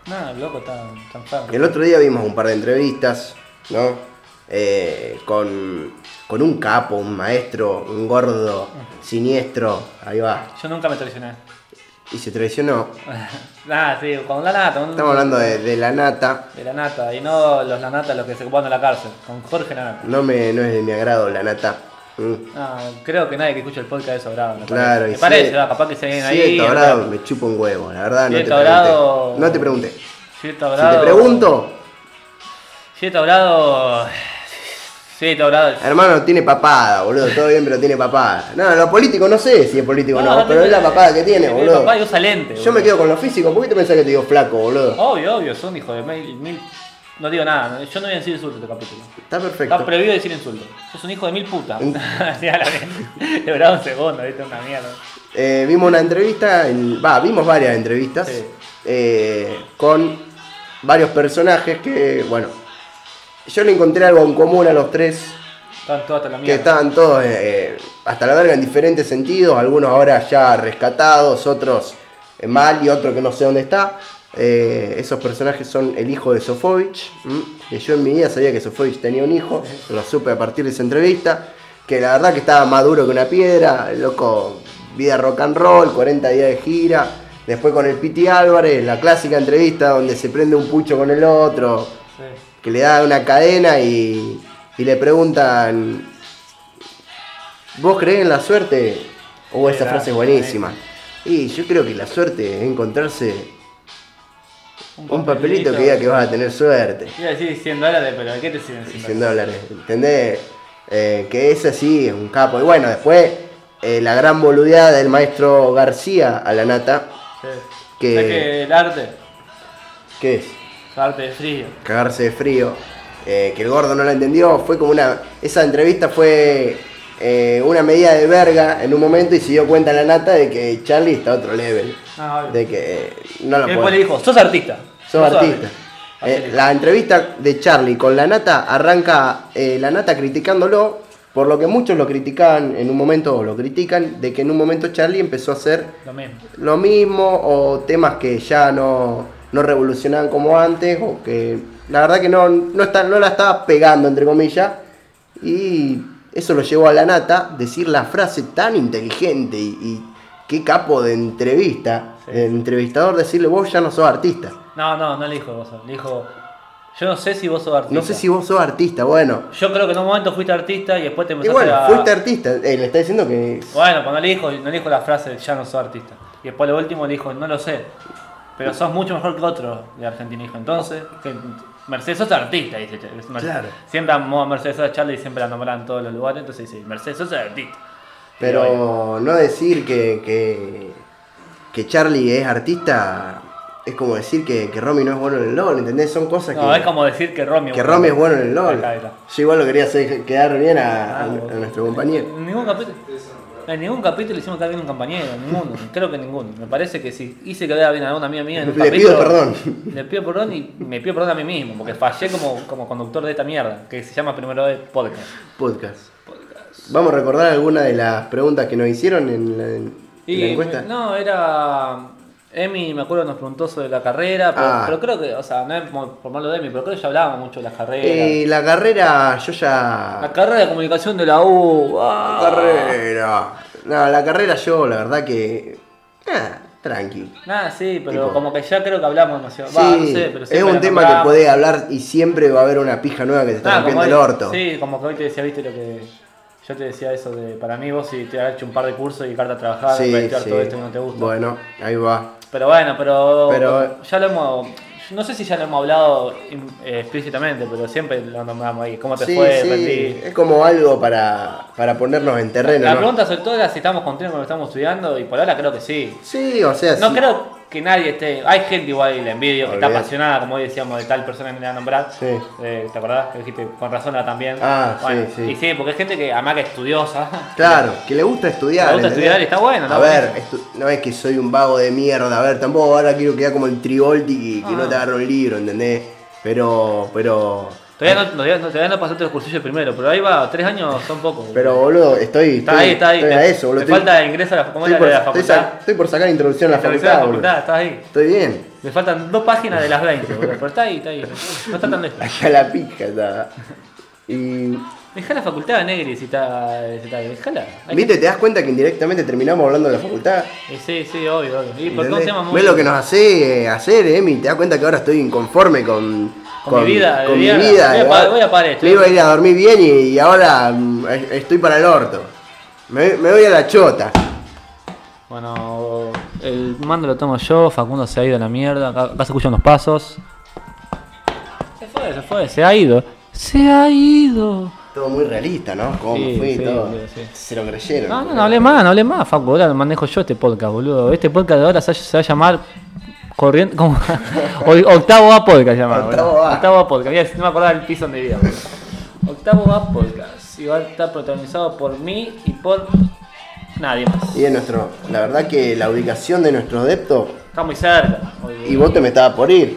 Nada, el loco está está enfermo. El otro día vimos un par de entrevistas, ¿no? Eh, con, con un capo, un maestro, un gordo, siniestro, ahí va. Yo nunca me traicioné. Y se traicionó. Nada, sí, con la nata. un- Estamos hablando de, de la nata. de la nata, y no los la nata los que se ocuparon de la cárcel, con Jorge la nata. No, me, no es de mi agrado la nata. Mm. Ah, creo que nadie que escucha el podcast de Sobrado. Me Claro, parece, y me parece siete- va, capaz que se vienen ahí. Siete entra- grados, me chupa un huevo, la verdad, no te Siete pregunté. grados. No te pregunté. Siete Si te grados. pregunto, 7 grados. 7 grados. Hermano, tiene papada, boludo. Todo bien, pero tiene papada. No, lo político no sé si es político o no, pero es la papada que tiene, boludo. Papá y usa lente. Yo me boludo. quedo con lo físico. ¿Por qué te pensás que te digo flaco, boludo? Obvio, obvio, son hijo de mil, mil- No digo nada, no- yo no voy a decir insultos este capítulo. Está Está perfecto. prohibido decir insultos. Sos un hijo de mil putas. Así a la vez. Duraba un segundo, viste, una mierda. Eh, vimos una entrevista, en- va, vimos varias entrevistas Sí. eh, con varios personajes que, bueno, yo le encontré algo en común a los tres. Estaban todas hasta la que mierda. estaban todos eh, hasta la verga en diferentes sentidos, algunos ahora ya rescatados, otros eh, mal y otro que no sé dónde está. Eh, esos personajes son el hijo de Sofovich, ¿m? que yo en mi vida sabía que Sofovich tenía un hijo, lo supe a partir de esa entrevista, que la verdad que estaba más duro que una piedra, loco, vida rock and roll, 40 días de gira, después con el Piti Álvarez, la clásica entrevista donde se prende un pucho con el otro, Sí. que le da una cadena y, y le preguntan, ¿vos creés en la suerte? O esa Era, frase es buenísima. Y yo creo que la suerte es encontrarse un papelito que diga que vas a tener suerte. Iba a decir 100 dólares, pero ¿de qué te sirven 100 100 dólares, ¿entendés? Eh, que ese sí es un capo. Y bueno, después eh, la gran boludeada del maestro García a la nata, dólares? Que- Que... que el arte, ¿qué es? el arte es frío. cagarse de frío, eh, que el gordo no la entendió, fue como una. Esa entrevista fue eh, una medida de verga en un momento y se dio cuenta la nata de que Charlie está a otro level. Ah, obvio. De que eh, no la Y después le puede. dijo, sos artista. Sos artista. Así Eh, le dijo. la entrevista de Charlie con la nata arranca eh, la nata criticándolo, por lo que muchos lo criticaban en un momento, o lo critican, de que en un momento Charlie empezó a hacer Lo mismo. lo mismo o temas que ya no, no revolucionaban como antes o que la verdad que no, no, está- no la estaba pegando entre comillas y eso lo llevó a la nata decir la frase tan inteligente y, y qué capo de entrevista, Sí. de entrevistador decirle vos ya no sos artista. No, no, no le dijo vos. Le dijo, yo no sé si vos sos artista. No sé si vos sos artista, bueno. Yo creo que en un momento fuiste artista y después te Y empezaste bueno, a... fuiste artista, eh, le está diciendo que... Bueno, cuando le dijo, no le dijo la frase, ya no sos artista. Y después lo último le dijo, no lo sé. Pero sos mucho mejor que otro de Argentina. Dijo, entonces, que- Mercedes sos artista, dice Ch- Mercedes. Claro. Siempre amó a Mercedes a Charlie y siempre la nombran en todos los lugares. Entonces dice, Mercedes sos artista. Y bueno, Pero no decir que, que, que Charlie es artista es como decir que, que Romy no es bueno en el LOL, ¿entendés? Son cosas No, que, es como decir que Romy que Romy es bueno en el LOL. Acá está. Yo igual lo quería hacer quedar bien a, a- Ah, a bueno. nuestro compañero. En ningún capítulo. En ningún capítulo hicimos quedar bien a un compañero, ninguno, creo que ninguno. Me parece que si hice quedar bien a una amiga mía en un Le capítulo, pido perdón. Le pido perdón y me pido perdón a mí mismo, porque fallé como, como conductor de esta mierda, que se llama primero de podcast. Podcast. Vamos a recordar alguna de las preguntas que nos hicieron en la, en la Y encuesta. no, era. Emi, me acuerdo, nos preguntó sobre la carrera, pero, Ah. pero creo que, o sea, no es mo- por malo de Emi, pero creo que ya hablábamos mucho de las carreras. Eh, la carrera, yo ya... La carrera de comunicación de la U. ah. carrera. No, la carrera yo, la verdad que... Ah, tranqui. Nada, sí, pero Tipo- como que ya creo que hablamos demasiado. Sí, Va, no sé, pero es siempre un la tema que nombramos. podés hablar y siempre va a haber una pija nueva que te está Nada, rompiendo como el hoy- orto. Sí, como que hoy te decía, viste lo que. Yo te decía eso de para mí, vos si te has hecho un par de cursos y carta a trabajar, Sí, practicar sí. todo esto que no te gusta. Bueno, ahí va. Pero bueno, pero, Pero- ya lo hemos. No sé si ya lo hemos hablado eh, explícitamente, pero siempre lo nombramos ahí. ¿Cómo te Sí, fue? sí, Rendí. es como algo para, para ponernos en terreno. La ¿no? pregunta sobre todo era si estamos contentos con lo que estamos estudiando y por ahora creo que sí. Sí, o sea, No sí. creo que nadie esté. Hay gente igual y la envidio, que está Olvidate. apasionada, como hoy decíamos, de tal persona que me la nombrar. Sí. Eh, ¿Te acordás? Que dijiste, con razón la también. Ah, sí, sí. Y sí, porque es gente que, además que es estudiosa. Claro, que le gusta estudiar. Le gusta ¿entendés? estudiar y está bueno, ¿no? A ver, estu- no es que soy un vago de mierda. A ver, tampoco ahora quiero quedar como el Triolti que, que no Ah. te agarro un libro, ¿entendés? Pero, pero. Todavía no, todavía no, todavía no pasaste los cursillos primero, pero ahí va, tres años son pocos. Pero, boludo, estoy. está estoy- ahí, está ahí. Estoy te a eso, te boludo. estoy- falta el ingreso a la, ¿cómo estoy era por- de la estoy facultad. sa- estoy por sacar introducción a la Ingresar facultad, a la boludo. facultad, estás ahí. Estoy bien. Me faltan dos páginas de las 20, boludo, pero está ahí, está ahí. No está tan lejos. Acá la pija está. Y. Dejá la facultad, Negri, si está, si está ahí. Dejala. Hay- ¿Viste? ¿Te das cuenta que indirectamente terminamos hablando de la facultad? Eh, Sí, sí, obvio, obvio. Y por cómo se ¿Entendés? llama ¿Ves lo que nos hace eh, hacer, Emi? ¿Te das cuenta que ahora estoy inconforme con. Con mi vida, con mi debería- vida, voy a ¿verdad? parar- voy a parar esto. Me iba a ir a dormir bien y, y ahora mm, es- estoy para el orto. Me, me voy a la chota. Bueno, el mando lo tomo yo, Facundo se ha ido a la mierda, acá, acá se escuchan los pasos. Se fue. fue, se fue, se ha ido. Se ha ido. Todo muy realista, ¿no? Cómo Sí, fui y sí, todo. sí, sí. Se lo creyeron. No, no, no hablé más, no hablé más, Facu. Ahora lo manejo yo este podcast, boludo. Este podcast de ahora se, se va a llamar. Corriente. ¿cómo? O- Octavo A podcast llamado. Octavo boludo. A. Octavo A podcast. Mirá, no me acordaba el piso donde vivía, boludo. Octavo A podcast. Y va a estar protagonizado por mí y por nadie más. Y es nuestro. La verdad que la ubicación de nuestro adepto. Está muy cerca. Y vos te me estabas por ir.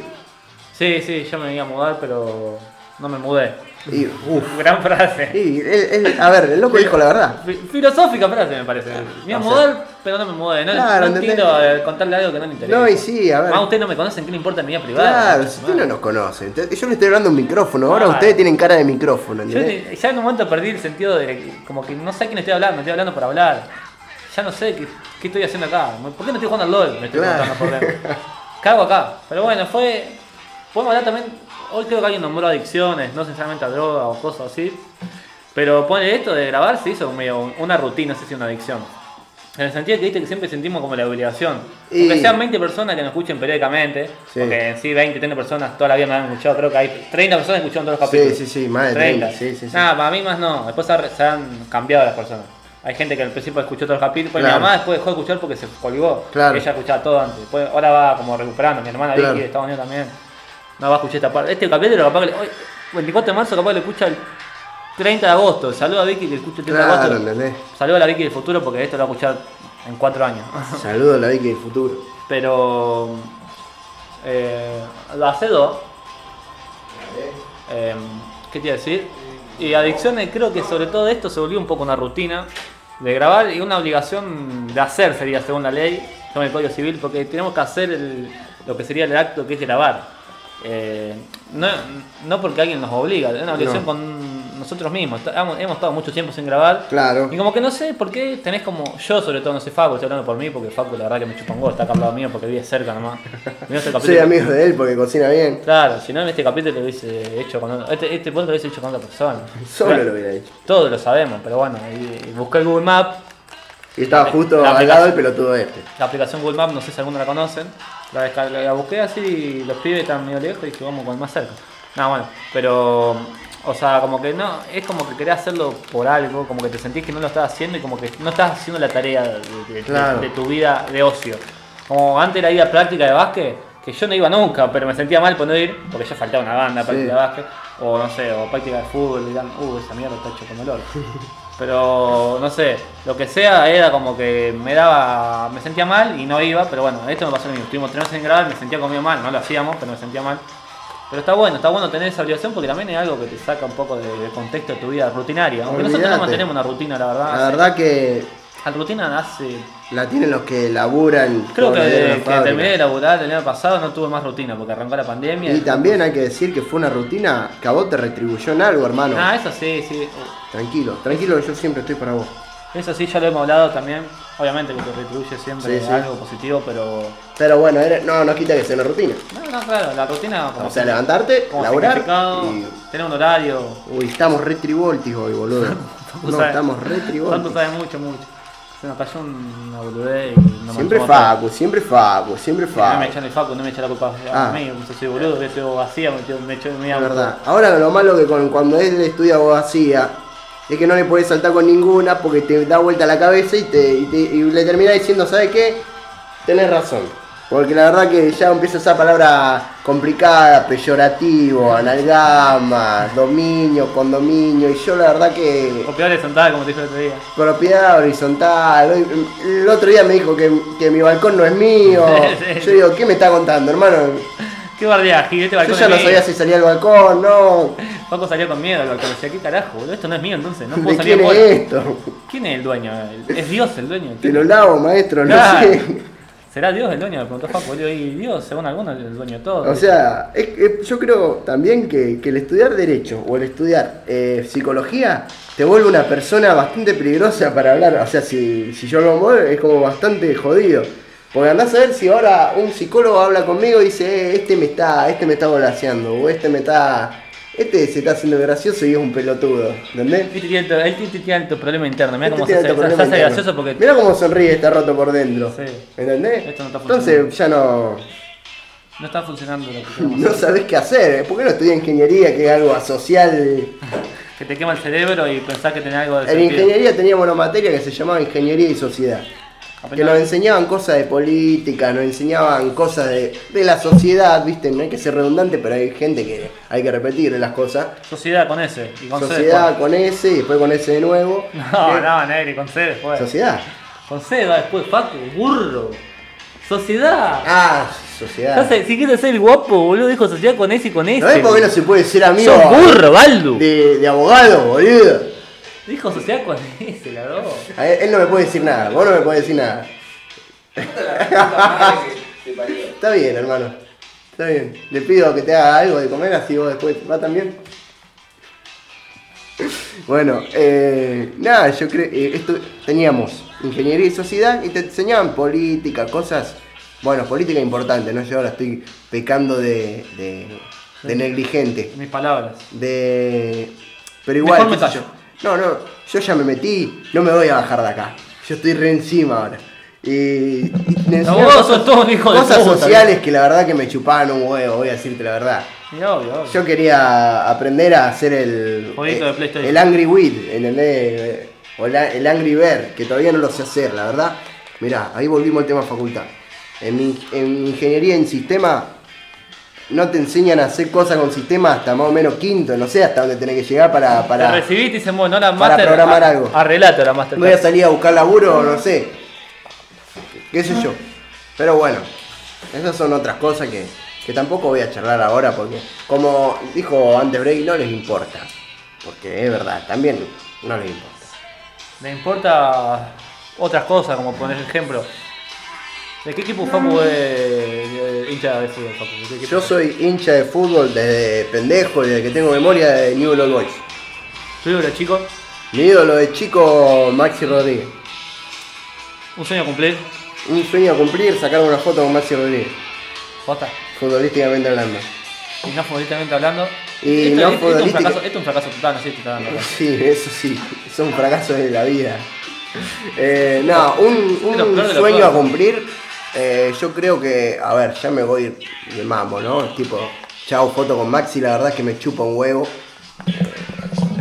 Sí, sí, yo me iba a mudar, pero no me mudé. Y, uf. Gran frase. Y él- él- a ver, el loco dijo la verdad. Fi- Filosófica frase me parece. Me iba a O sea, mudar, pero no me mudé. No, claro, no ¿entendés? entiendo eh, contarle algo que no me interesa. No, y sí, a ver. Más ustedes no me conocen, ¿qué le importa mi vida privada? Ah. Claro, Mucho si más. ustedes no nos conocen. Te- Yo le estoy hablando a un micrófono. Ahora Claro. ustedes tienen cara de micrófono, Yo ¿entendés? te- ya en un momento perdí el sentido de como que no sé a quién estoy hablando, estoy hablando por hablar. Ya no sé qué, qué estoy haciendo acá. ¿Por qué no estoy jugando al LOL? Me estoy Claro. preguntando por dentro. ¿Qué hago acá? Pero bueno, fue. Podemos hablar también. Hoy creo que alguien nombró adicciones, no necesariamente a droga o cosas así. Pero pone esto de grabar se hizo medio una rutina, no sé si una adicción. En el sentido que viste que siempre sentimos como la obligación. Y- Aunque sean 20 personas que nos escuchen periódicamente, Sí. porque en sí 20, 30 personas toda la vida me han escuchado, creo que hay 30 personas que escucharon todos los Sí, capítulos. sí, sí, más de 30, sí, sí, sí. Nada, para mí más no. Después se ha- se han cambiado las personas. Hay gente que al principio escuchó todos los capítulos, después Claro. pues mi mamá después dejó de escuchar porque se colgó. Claro. Ella escuchaba todo antes. Después, ahora va como recuperando. Mi hermana Vicky Claro. de Estados Unidos también. No va a escuchar esta parte. Este capítulo capaz que le, hoy, 24 de marzo capaz que le escucha el 30 de agosto. Saludo a Vicky que escucha el 30 de Claro, agosto. ¿entendés? Saludo a la Vicky del futuro porque esto lo va a escuchar en 4 años. Saludos a la Vicky del futuro. Pero eh, hace dos. Eh, ¿Qué te iba a decir? Y adicciones creo que sobre todo esto se volvió un poco una rutina de grabar y una obligación de hacer sería según la ley, según el Código Civil, porque tenemos que hacer el- lo que sería el acto que es grabar. Eh, no, no porque alguien nos obliga, es una obligación No. con nosotros mismos. Hemos, hemos estado mucho tiempo sin grabar. Claro. Y como que no sé por qué tenés como. Yo, sobre todo, no sé Facu, estoy hablando por mí, porque Facu, la verdad, que me chupa un gol, está acá al lado mío porque vive cerca nomás. Mirá Soy este capítulo. amigo de él porque cocina bien. Claro, si no, en este capítulo lo hubiese hecho con otro. Este, este podcast lo hubiese hecho con otra persona. Solo Claro, lo hubiera hecho. Todos lo sabemos, pero bueno, y, y busqué el Google Maps, Y estaba justo La al lado del pelotudo este. la aplicación Google Maps, no sé si algunos la conocen. La, desca- la busqué así y los pibes están medio lejos y dije, vamos con el más cerca. No, bueno, pero. O sea, como que no, es como que querés hacerlo por algo, como que te sentís que no lo estás haciendo y como que no estás haciendo la tarea de, de- de- Claro. de tu vida de ocio. Como antes la vida práctica de básquet, que yo no iba nunca, pero me sentía mal por no ir, porque ya faltaba una banda Sí. práctica de básquet, o no sé, o práctica de fútbol, y dirán, uh, esa mierda está hecho como el oro. Pero no sé, lo que sea era como que me daba, me sentía mal y no iba, pero bueno, esto me pasó lo mismo. Estuvimos tres meses en grabar, me sentía comido mal, no lo hacíamos, pero me sentía mal. Pero está bueno, está bueno tener esa obligación porque también es algo que te saca un poco de- del contexto de tu vida rutinaria. Aunque nosotros no Olvídate. mantenemos una rutina, la verdad. La verdad que La rutina hace. la tienen los que laburan. Creo todos que los días en la desde que fábrica. terminé de laburar el año pasado no tuve más rutina porque arrancó la pandemia. Y también hay que decir que fue una rutina que a vos te retribuyó en algo, hermano. Ah, eso sí, sí. Tranquilo, tranquilo que yo siempre estoy para vos. Eso sí, ya lo hemos hablado también. Obviamente que te retribuye siempre Sí, sí. algo positivo, pero. Pero bueno, era- no, no quita que sea una rutina. No, no, claro, la rutina como O sea, sin- levantarte, como laburar significado, y... tener un horario. Uy, estamos retrivoltis hoy, boludo. Facu No, sabe- estamos Tanto retrivoltis. sabe mucho, mucho. Se nos cayó una boludez y nos Siempre manchamos todo. Facu, siempre Facu, siempre No me Facu. echan el facu, no me echan la culpa Ah. a mí, yo soy boludo, que soy vacía, me, me echó me Es verdad. Ahora lo malo que con, cuando él estudia abogacía es que no le podés saltar con ninguna porque te da vuelta la cabeza y, te, y te- y le termina diciendo, ¿sabes qué? Tenés razón. Porque la verdad que ya empieza esa palabra complicada, peyorativo, analgama, dominio, condominio, y yo la verdad que O peor es sentada, como te dije el otro día. propiedad horizontal, hoy- el otro día me dijo que, que mi balcón no es mío, Sí. yo digo, ¿qué me está contando hermano? Qué guardia, este Yo balcón ya es no mío. sabía si salía al balcón, no, Facu salió con miedo al balcón, decía, ¿qué carajo, boludo? Esto no es mío entonces, no ¿de puedo salir quién es afuera. esto? ¿Quién es el dueño? ¿Es Dios el dueño? Te lo lavo, maestro, no Claro. sé. ¿Será Dios el dueño? Me preguntó Facu, boludo, y Dios, según algunos, es el dueño de todo. O sea, es- es- yo creo también que, que el estudiar Derecho o el estudiar eh, Psicología te vuelve una persona bastante peligrosa para hablar. O sea, si, si yo lo muevo es como bastante jodido. Porque andás a ver si ahora un psicólogo habla conmigo y dice, "Eh, este me está, este me está volaseando, o este me está. Este se está haciendo gracioso y es un pelotudo, ¿entendés? Él tiene alto- él tiene alto problema interno, mirá Este cómo se tiene alto hace, se problema hace interno. gracioso porque Mirá cómo sonríe, está roto por dentro. Sí. ¿Entendés? Esto no está funcionando. Entonces ya no. No está funcionando lo que queremos No sabes qué hacer, ¿eh? ¿por qué no estudias ingeniería que es algo asocial? Que te quema el cerebro y pensás que tenés algo de En sentido. ingeniería teníamos una materia que se llamaba Ingeniería y Sociedad. Que Apenas- nos enseñaban cosas de política, nos enseñaban cosas de, de la sociedad, ¿viste? No hay que ser redundante, pero hay gente que hay que repetir las cosas. Sociedad con S y con C Sociedad con S y después con S de nuevo. Eh, después. No, no, Negri, con C después. Sociedad. Con C va después, Paco, burro. Sociedad. Ah, sociedad. Entonces, si quieres ser el guapo, boludo, dijo sociedad con S y con S. ¿No ves por qué no se puede ser amigo Sos burro, Baldu. de, de abogado, boludo? Dijo sociedad con S, la dos. A él, él no me puede decir nada, vos no me puedes decir nada. Está bien, hermano. Está bien. Le pido que te haga algo de comer, así vos después. ¿Va también? Bueno, eh, nada, yo creo. eh, esto, teníamos ingeniería y sociedad y te enseñaban política, cosas. Bueno, política importante, ¿no? Yo ahora estoy pecando de, de, de negligente. Mis palabras. De. Pero igual. Mejor me qué sé callo. yo. No, no, yo ya me metí, no me voy a bajar de acá. Yo estoy re encima ahora. Y. y me No, enseñaron vos sos todo un hijo de cosas puta, sociales que la verdad que me chupaban un huevo, voy a decirte la verdad. Y obvio, obvio. Yo quería aprender a hacer el. Jueguito de eh, PlayStation. El Angry Weed, ¿entendés? O la- el Angry Bear, que todavía no lo sé hacer, la verdad. Mirá, ahí volvimos al tema facultad. En, mi- en ingeniería en sistema. No te enseñan a hacer cosas con sistema hasta más o menos quinto, no sé hasta dónde tenés que llegar para. para- Te recibiste y se bueno, no la para master. programar a- algo. Arreglate la master. Voy a salir a buscar laburo, no sé. Qué sé yo. Pero bueno, esas son otras cosas que, que tampoco voy a charlar ahora porque, como dijo antes Bray, no les importa. Porque es verdad, también no les importa. Me importa otras cosas, como poner ejemplo. ¿De qué equipo Facu es eh, hincha de fútbol, Facu? ¿De qué equipo? Yo soy hincha de fútbol desde pendejo y desde que tengo memoria de New Old Boys. Tu ídolo, chico. Mi ídolo de chico, Maxi Rodríguez. Un sueño cumplir. Un sueño a cumplir, sacar una foto con Maxi Rodríguez, Basta. futbolísticamente hablando. Y no futbolísticamente hablando. Y no esto, es- esto es un futbolística- fracaso, esto es un fracaso total, no sé si te está dando. Sí, eso sí, son fracasos de la vida. Eh, no, un, un Es lo peor de lo sueño peor. a cumplir, eh, yo creo que, a ver, ya me voy de mambo, ¿no? Tipo, chao foto con Maxi, la verdad es que me chupa un huevo. Eh,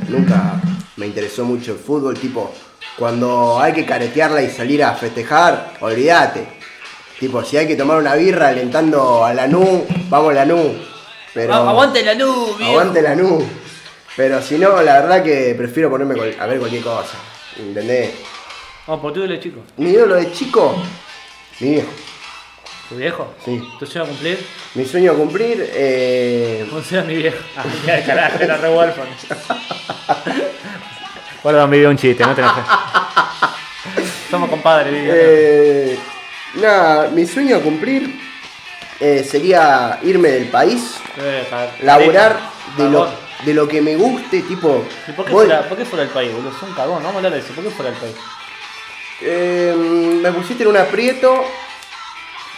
nunca me interesó mucho el fútbol, tipo, cuando hay que caretearla y salir a festejar, olvídate. Tipo, si hay que tomar una birra alentando a Lanús, vamos Lanús. Pero... Ah, aguante la luz, viejo. Aguante la nu. Pero si no, la verdad que prefiero ponerme col- a ver cualquier cosa. ¿Entendés? Vamos por tu ídolo, chico. Mi ídolo de chico, mi viejo. ¿Tu viejo? Sí. ¿Tu sueño a cumplir? Mi sueño a cumplir, eh, Funciona mi viejo. Ah, ya, carajo, era re huérfano. Guarda, me dio un chiste, no te enojes. Somos compadres, Vivi. eh, nada, mi sueño a cumplir eh, sería irme del país, Eh, pa- laburar pa- de lo, cagón. de lo que me guste, tipo. ¿Y por qué, voy- fuera, por qué fuera del país, boludo? Es un cagón, vamos a hablar de eso. ¿Por qué fuera del país? Eh, me pusiste en un aprieto.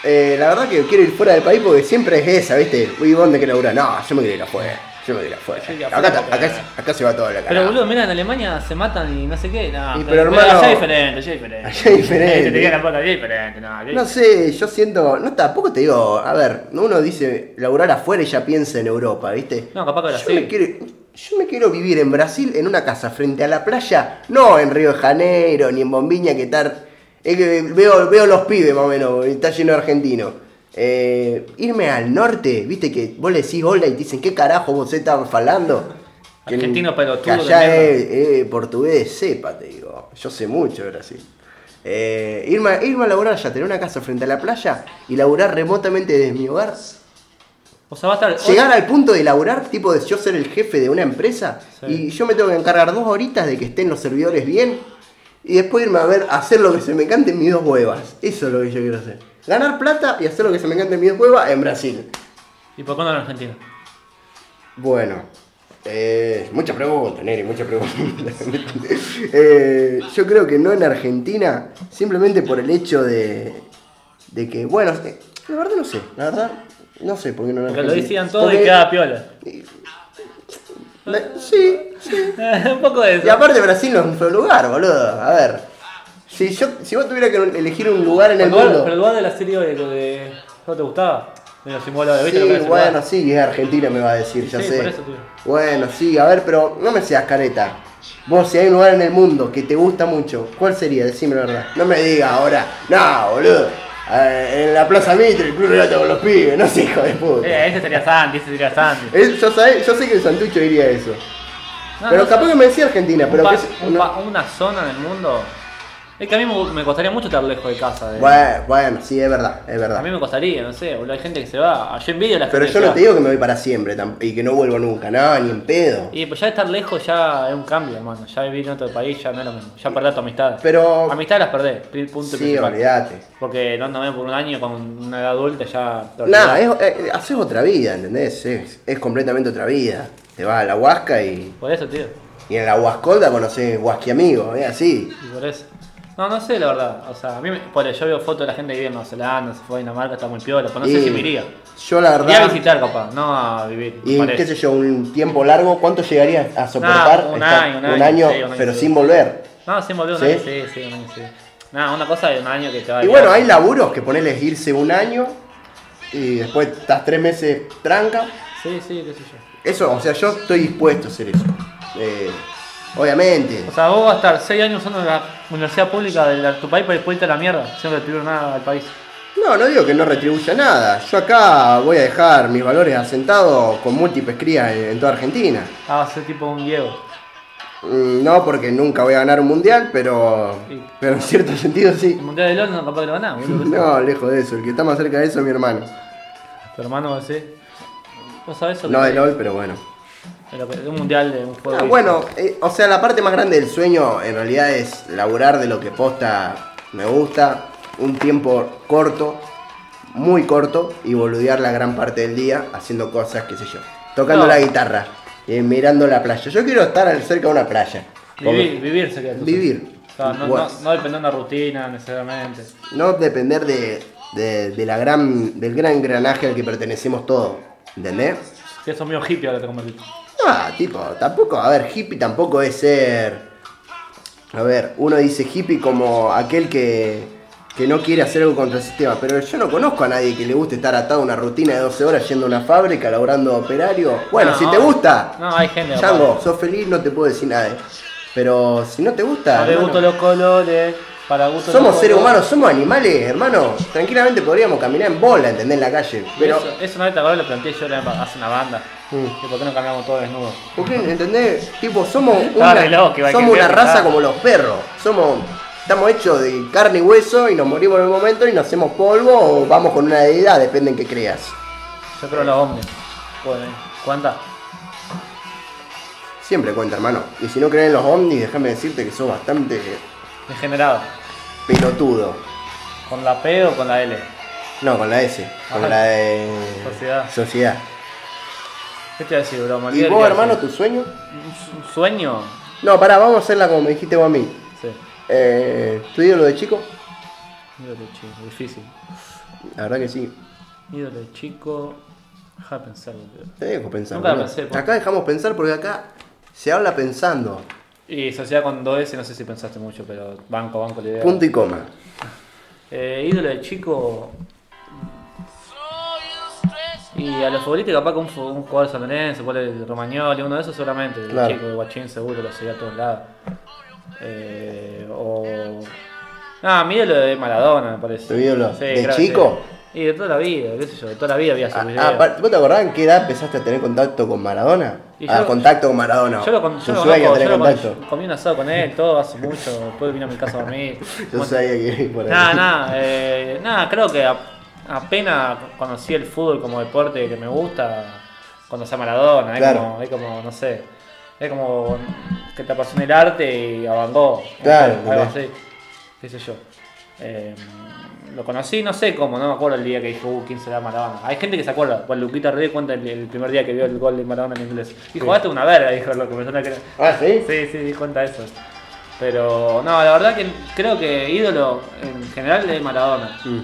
Eh, la verdad que quiero ir fuera del país porque siempre es esa, ¿viste? Uy, ¿vos dónde querés laburar? No, yo me quiero ir afuera. Yo me quiero ir afuera. Sí, Acá, afuera ta- porque- acá, acá se va todo la cara. Pero boludo, mira, en Alemania se matan y no sé qué. No, Y, pero, hermano, allá es diferente, allá es diferente. allá es diferente. Eh, Te tiran la puerta, allá es diferente. No, allá es No sé, yo siento. No, tampoco te digo. A ver, uno dice laburar afuera y ya piensa en Europa, ¿viste? No, capaz que yo, me Brasil. quiero, yo me quiero vivir en Brasil en una casa frente a la playa, no en Río de Janeiro ni en Bombiña, que tal. Es que veo, veo los pibes más o menos, está lleno de argentinos. Eh, irme al norte, viste que vos le decís hola y te dicen, ¿qué carajo vos estás falando? Que en- Argentino pelotudo Que de allá mierda. es, es portugués, sepa, te digo. Yo sé mucho de Brasil. Eh, irme, a- irme a laburar allá, tener una casa frente a la playa y laburar remotamente desde mi hogar O sea, va a estar. Llegar al punto de laburar, tipo de yo ser el jefe de una empresa Sí. y yo me tengo que encargar dos horitas de que estén los servidores bien y después irme a ver, hacer lo que se me cante en mis dos huevas. Eso es lo que yo quiero hacer. Ganar plata y hacer lo que se me cante en mis dos huevas en Brasil. ¿Y por cuándo en Argentina? Bueno, eh, mucha pregunta, Neri, mucha pregunta. Eh, yo creo que no en Argentina, simplemente por el hecho de, de que, bueno, eh, la verdad no sé, la verdad no sé por qué no en Porque lo Argentina. decían todo y Porque- quedaba piola. Me- Sí, sí. un poco de Y eso. aparte Brasil no es nuestro lugar, boludo. A ver. Si yo, si vos tuvieras que elegir un lugar en el Pero el lugar- mundo. pero el lugar de la serie de, de- ¿No te gustaba? de los símbolos de ¿viste lo que Sí, es el bueno, lugar? sí, es Argentina me va a decir, Y ya sí, sé. por eso, tío. Bueno, sí, a ver, pero no me seas careta. Vos, si hay un lugar en el mundo que te gusta mucho, ¿cuál sería? Decime la verdad. No me digas ahora, no, boludo. eh, en la Plaza Mitre, el club de con los pibes, no sé, hijo de puta. Eh, ese sería Santi, ese sería Santi. Él- yo, sé, yo sé que el Santucho diría eso. No, pero no, capaz que me decía Argentina, un pero pa- que es- un no- pa- una zona del mundo. Es que a mí me me costaría mucho estar lejos de casa. de- Bueno, bueno, sí, es verdad, es A verdad. mí me costaría, no sé, boludo, hay gente que se va. Yo envidio a la Pero gente yo que no te se va. digo que me voy para siempre tam- y que no vuelvo nunca, no, ni en pedo. Y pues ya estar lejos ya es un cambio, hermano. Ya vivir en otro país ya no es lo mismo. Ya perdés tu amistad. Pero- Amistad las perdés, pri- punto Sí, principal. olvídate. Porque no andame por un año con una edad adulta ya. te Nada, olvidás. es, eh, haces otra vida, ¿entendés? Es, es completamente otra vida. Te vas a la Huasca y, Por eso, tío. y en la Huascolda conoces Huasquiamigos, es así. Y por eso. No, no sé, la verdad. O sea, a mí, me- por yo veo fotos de la gente que vive en Nueva Zelanda, se fue a Dinamarca, está muy piola. Pero no sé Y si me iría. Yo la Iría a verdad, visitar, capaz, no a vivir. y parece. qué sé yo, un tiempo largo, ¿cuánto llegaría a soportar? un estar año, un año, sí, un año, pero sí. sin volver. No, sí, volvió un ¿Sí? año, sí, sí, un año, sí. Nada, una cosa de un año que te va a Y bueno, hay laburos que poneles irse un año y después estás tres meses tranca. Sí, sí, qué sé yo. Eso, o sea, yo estoy dispuesto a hacer eso. Eh, obviamente. O sea, vos vas a estar 6 años usando la universidad pública de la- tu país para después irte a la mierda, sin retribuir nada al país. No, no digo que no retribuya nada. Yo acá voy a dejar mis valores asentados con múltiples crías en, en toda Argentina. Ah, ser tipo un Diego. Mm, No porque nunca voy a ganar un mundial, pero, Sí. pero en cierto sentido sí. El mundial de Londres capaz que lo ganás, boludo. No, lejos de eso. El que está más cerca de eso es mi hermano. Tu hermano va a ser. ¿Vos sabés eso? No de LOL, pero bueno. Un mundial de un juego. Ah, bueno, eh, o sea, la parte más grande del sueño en realidad es laburar de lo que posta me gusta, un tiempo corto, muy corto, y boludear la gran parte del día haciendo cosas, qué sé yo, tocando No. la guitarra, eh, mirando la playa. Yo quiero estar al- cerca de una playa. Como- Vivir, vivir sería tu Vivir. sueño. O sea, no, no, no depender de una rutina necesariamente. No depender de, de- de la gran, del gran engranaje al que pertenecemos todos, ¿entendés? Si sos medio hippie ahora te convertiste. Ah, tipo, tampoco, a ver, hippie tampoco es ser. A ver, uno dice hippie como aquel que, que no quiere hacer algo contra el sistema, pero yo no conozco a nadie que le guste estar atado a una rutina de 12 horas yendo a una fábrica, laburando operario. Bueno, No, si te no. gusta, No, hay gente. capaz. Chango, sos feliz, no te puedo decir nada. eh. Pero si no te gusta, Para el hermano, gusto los colores, para gusto los somos seres colores. humanos, somos animales, hermano. Tranquilamente podríamos caminar en bola, ¿entendés? En la calle. Pero, eso, eso una vez te acordás, lo planteé yo era hace una banda. Mm. Que ¿Por qué no cambiamos todos desnudos? ¿Por qué? ¿Entendés? Tipo, somos Estaba una, re loco, iba a somos que una sea, raza estaba. como los perros. Somos, estamos hechos de carne y hueso y nos morimos en un momento y nos hacemos polvo o vamos con una deidad, depende en qué creas. Yo creo en los hombres. Bueno, ¿cuántas? Siempre cuenta, hermano. Y si no crees en los ovnis, déjame decirte que sos bastante Degenerado. pelotudo. ¿Con la P o con la L? No, con la S, con Ajá. la de... Sociedad. Sociedad. ¿Qué te iba a decir, bro? Me ¿Y olvidé vos, qué te iba a hermano, decir. tu sueño? ¿Un su- un sueño? No, pará, vamos a hacerla como me dijiste vos a mí. Sí. Eh, ¿Tu ídolo de chico? Ídolo de chico, difícil. La verdad que sí. Ídolo de chico. Deja de pensar, boludo. Te dejo pensar. Nunca la boludo. pensé, po. acá dejamos pensar porque acá se habla pensando. Y sociedad con 2S, no sé si pensaste mucho, pero banco, banco la idea. Punto y coma. Eh, ídolo de chico. Y a los futbolistas, capaz que un, fu- un jugador salonense, cuál es Romagnoli, uno de esos seguramente. El Claro. chico de Guachín seguro lo seguía a todos lados. Eh, o. Ah, mi ídolo de Maradona, me parece. ¿Tu ídolo? Sí, ¿De creo que chico? sí. Y de toda la vida, qué sé yo, de toda la vida había su Ah, video. ah, par- ¿Vos te acordás en qué edad empezaste a tener contacto con Maradona? Y Ah, yo- contacto con Maradona. yo lo, con- Tu yo lo sueño conozco, tener yo lo con- contacto. comí un asado con él, todo hace mucho, después vino a mi casa a dormir. Yo sabía que iba por ahí. Nada, nada, eh, nada, creo que a- apenas conocí el fútbol como deporte que me gusta, conocí a Maradona, es, Claro. como, es como, no sé, es como que te apasiona el arte y a Van Gogh, no Claro, sé, algo claro. así, qué sé yo. Eh, lo conocí, no sé cómo, no me acuerdo el día que dijo, uh, ¿quién será Maradona? Hay gente que se acuerda, pues Luquita Rey cuenta el, el primer día que vio el gol de Maradona en inglés. Y jugaste una verga, dijo lo que persona que Ah, ¿sí? Sí, sí, di cuenta de eso. Pero no, la verdad que creo que ídolo en general es Maradona. Mm.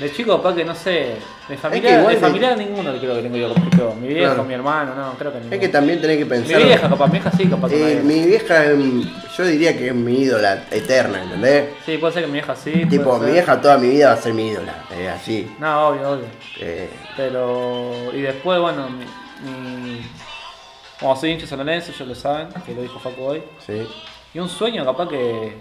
De chico, capaz que no sé. De familiar, que igual de de- familiar ninguno creo que tengo yo como yo. Mi viejo, Claro. mi hermano, no, creo que ninguno. Es que también tenés que mi pensar. vieja, capaz, mi vieja sí, capaz. que Eh, una vez. mi vieja, em, yo diría que es mi ídola eterna, ¿entendés? Sí, puede ser que mi vieja sí. Tipo, puede mi ser. vieja toda mi vida va a ser mi ídola, eh, así. No, obvio, obvio. eh, Pero. Y después, bueno, mi. mi- Como soy hincha sonolense, ellos lo saben, que lo dijo Facu hoy. sí. Y un sueño, capaz que.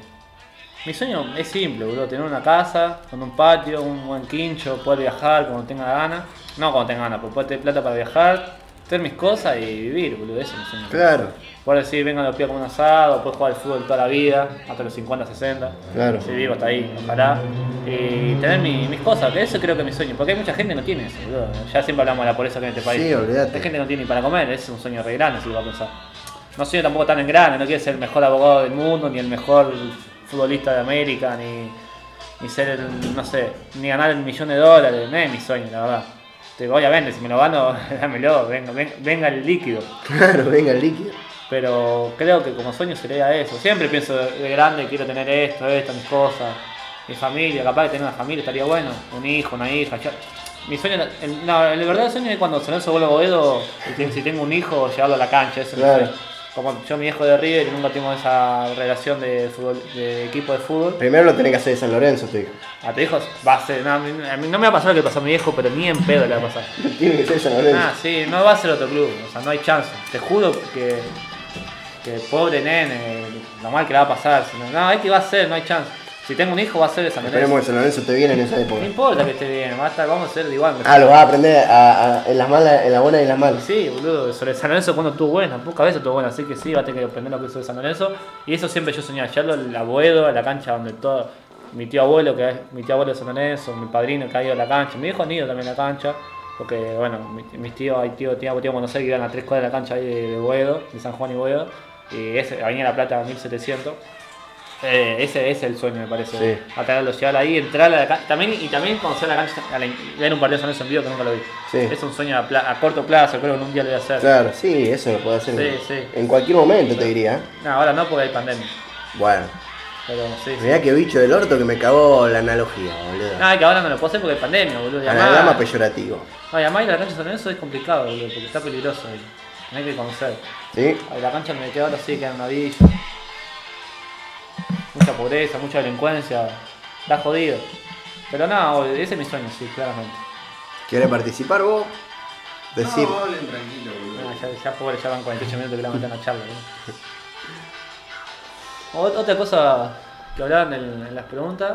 Mi sueño es simple, boludo. Tener una casa, con un patio, un buen quincho, poder viajar cuando tenga ganas. No cuando tenga ganas, pero poder tener plata para viajar, tener mis cosas y vivir, boludo. Eso es mi sueño. Claro, Poder decir, vengan los pies como un asado, poder jugar al fútbol toda la vida, hasta los 50, 60. Claro. Si vivo hasta ahí, ojalá. Y tener mi- mis cosas, que eso creo que es mi sueño. Porque hay mucha gente que no tiene eso, boludo. Ya siempre hablamos de la pobreza que hay en este país. Sí, olvídate. Hay gente que no tiene ni para comer, ese es un sueño re grande, si lo va a pensar. No sueño tampoco tan en grande, no quiero ser el mejor abogado del mundo, ni el mejor futbolista de América, ni, ni ser, el, no sé, ni ganar el millón de dólares. No es mi sueño, la verdad. Te voy a vender, si me lo gano, dámelo, venga, venga, venga el líquido. claro, venga el líquido. Pero creo que como sueño sería eso. Siempre pienso de de grande, quiero tener esto, esto, mis cosas, mi familia, capaz de tener una familia estaría bueno, un hijo, una hija. yo- Mi sueño, el, no, el verdadero sueño es cuando Sonoso vuelve a Boedo, y te- si tengo un hijo, llevarlo a la cancha, eso es mi Claro. sueño. Como yo, mi hijo de River, y nunca tengo esa relación de, fútbol- de equipo de fútbol. Primero lo tenés que hacer de San Lorenzo, te digo. A tu hijo va a ser, no, a mí, a mí no me va a pasar lo que le pasó a mi viejo, pero ni en pedo le va a pasar. Tiene que ser de San Lorenzo. Ah, sí, no va a ser otro club, o sea, no hay chance. Te juro que, que pobre nene, lo mal que le va a pasar. si No, no, este va a ser, no hay chance. Si tengo un hijo, va a ser de San Esperemos Lorenzo. que San Lorenzo te viene en esa época. No importa que esté bien, va a estar- vamos a ser de igual. Ah, lo vas a aprender a- a- en las malas, en las buenas y en las malas. Sí, boludo, sobre San Lorenzo cuando estuvo buena, pocas veces estuvo buena, así que sí, va a tener que aprender lo que soy San Lorenzo. Y eso siempre yo soñaba, llevarlo al abuelo, a la cancha donde todo, mi tío abuelo, que es mi tío abuelo de San Lorenzo, mi padrino que ha ido a la cancha, mi hijo han ido también a la cancha, porque bueno, mi- mis tíos, hay tío, tío, tío Buenos Aires que iban a tres cuadras de la cancha ahí de, de Boedo, de San Juan y Boedo, y ese, Avenida La Plata 1700. Eh, ese, ese es el sueño, me parece. Sí. Atraerlo, llevarlo ahí, entrar a la cancha. También, y también conocer la cancha, a la- ver un partido de San Lorenzo en vivo que nunca lo vi. Sí. Es un sueño a, pla- a corto plazo, creo que en un día lo voy a hacer. Claro, sí, eso lo puedes hacer en- Sí, sí. en cualquier momento, te diría. ¿eh? No, ahora no porque hay pandemia. Bueno, Pero sí, sí. mirá que bicho del orto que me cagó la analogía, boludo. No, es que ahora no Ah, lo puedo hacer porque hay pandemia, boludo. Ah, Y además- Anagrama peyorativo. no, y además ir a la cancha de San Lorenzo es complicado, boludo, porque está peligroso ahí. No hay que conocer. ¿Sí? A la cancha donde quedó ahora sí queda en una villa. Mucha pobreza, mucha delincuencia. Está jodido. Pero no, boludo, ese es mi sueño, sí, claramente. ¿Quieres participar vos? Decir. No, hablen tranquilo, boludo. Ah, ya, ya pobre, ya van 48 minutos que la meten a charla. ¿no? Ot- Otra cosa que hablaban en, en las preguntas,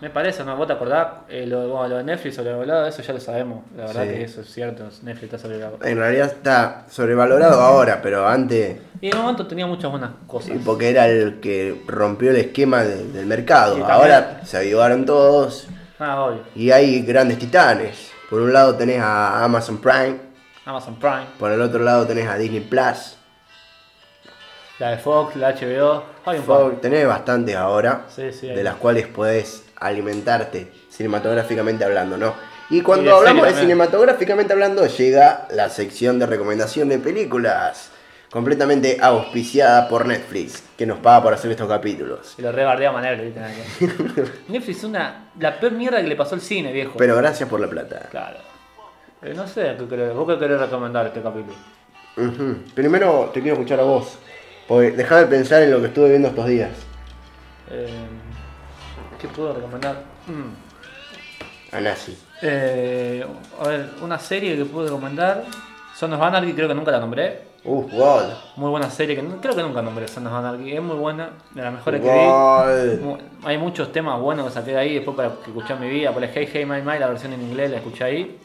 me parece, ¿no? ¿Vos te acordás? Eh, lo, bueno, lo de Netflix sobrevalorado, eso ya lo sabemos. La verdad Sí. que eso es cierto, Netflix está sobrevalorado. En realidad está sobrevalorado ahora, pero antes. Y en un momento tenía muchas buenas cosas. sí, Porque era el que rompió el esquema de- del mercado. Y también- Ahora se avivaron todos Ah, obvio. y hay grandes titanes. Por un lado tenés a Amazon Prime, Amazon Prime, por el otro lado tenés a Disney Plus. la de Fox, la HBO. Hay un par. Fox, tenés bastantes ahora, Sí, sí, hay. de las cuales podés alimentarte cinematográficamente hablando, ¿no? Y Y cuando de hablamos serie de también. cinematográficamente hablando, llega la sección de recomendación de películas, completamente auspiciada por Netflix, que nos paga por hacer estos capítulos. Y lo rebardea a Manero, ¿viste? Nada que ver. Netflix es una. la peor mierda que le pasó al cine, viejo. Pero gracias por la plata. Claro. Eh, no sé, ¿qué querés? ¿vos qué querés recomendar este capítulo? Ujú. Primero te quiero escuchar a vos, porque dejá de pensar en lo que estuve viendo estos días. Eh, ¿Qué puedo recomendar? Mm. A Nazi. Eh, a ver, una serie que puedo recomendar. Son of Anarchy, creo que nunca la nombré. Uh, God. Muy buena serie que nu- creo que nunca nombré Son of Anarchy. Es muy buena, de las mejores que vi. God. Mu- Hay muchos temas buenos que saqué de ahí después para que escuché en mi vida. Por el Hey Hey My My, la versión en inglés la escuché ahí.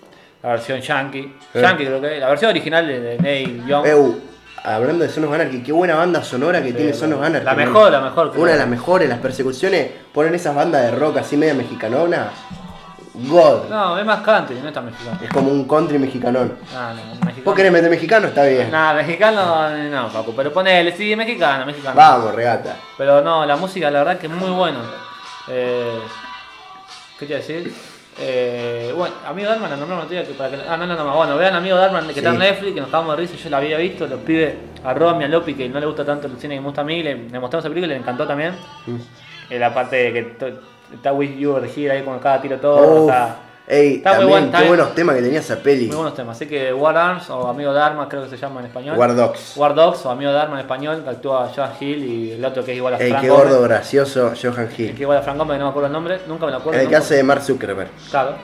La versión yankee. Eh. Yankee creo que es. La versión original de, de Neil Young. Eu, hablando de Sonos Anarchy, qué buena banda sonora que tiene Sonos Anarchy. la man. mejor, la mejor, creo. Una de las mejores, las persecuciones. Ponen esas bandas de rock así media mexicanona. God. No, es más country, no está mexicano. Es como un country mexicanón. Ah, no, mexicano. ¿Vos querés meter mexicano? Está bien. Nah, mexicano no, Paco, pero ponele, sí, mexicano, mexicano. Vamos, regata. Pero no, la música la verdad que es muy buena. Eh, ¿Qué te iba a decir? Eh, bueno, amigo Darman, la nombramos tía que para que. Ah, no, no, no, bueno, vean amigo Darman que está en Sí. Netflix, que nos acabamos de risa, yo la había visto, los pibes, arroba a mi Lopi que no le gusta tanto el cine que me gusta a mí, le, le mostramos esa película y le encantó también. Eh, la parte de que to- Está With You Over Here ahí con cada tiro todo. Uf, está, ey, está muy también, buen qué time. buenos temas que tenía esa peli. muy buenos temas. Así que War Arms o Amigo de Armas, creo que se llama en español. War Dogs. War Dogs o Amigo de Armas en español, que actúa John Hill y el otro que es igual a Ey, Frank qué Gómez. gordo gracioso Johan El que Hill. igual a Frank Gómez, que no me acuerdo el nombre, nunca me lo acuerdo. En el que nunca- hace de Mark Zuckerberg. Claro.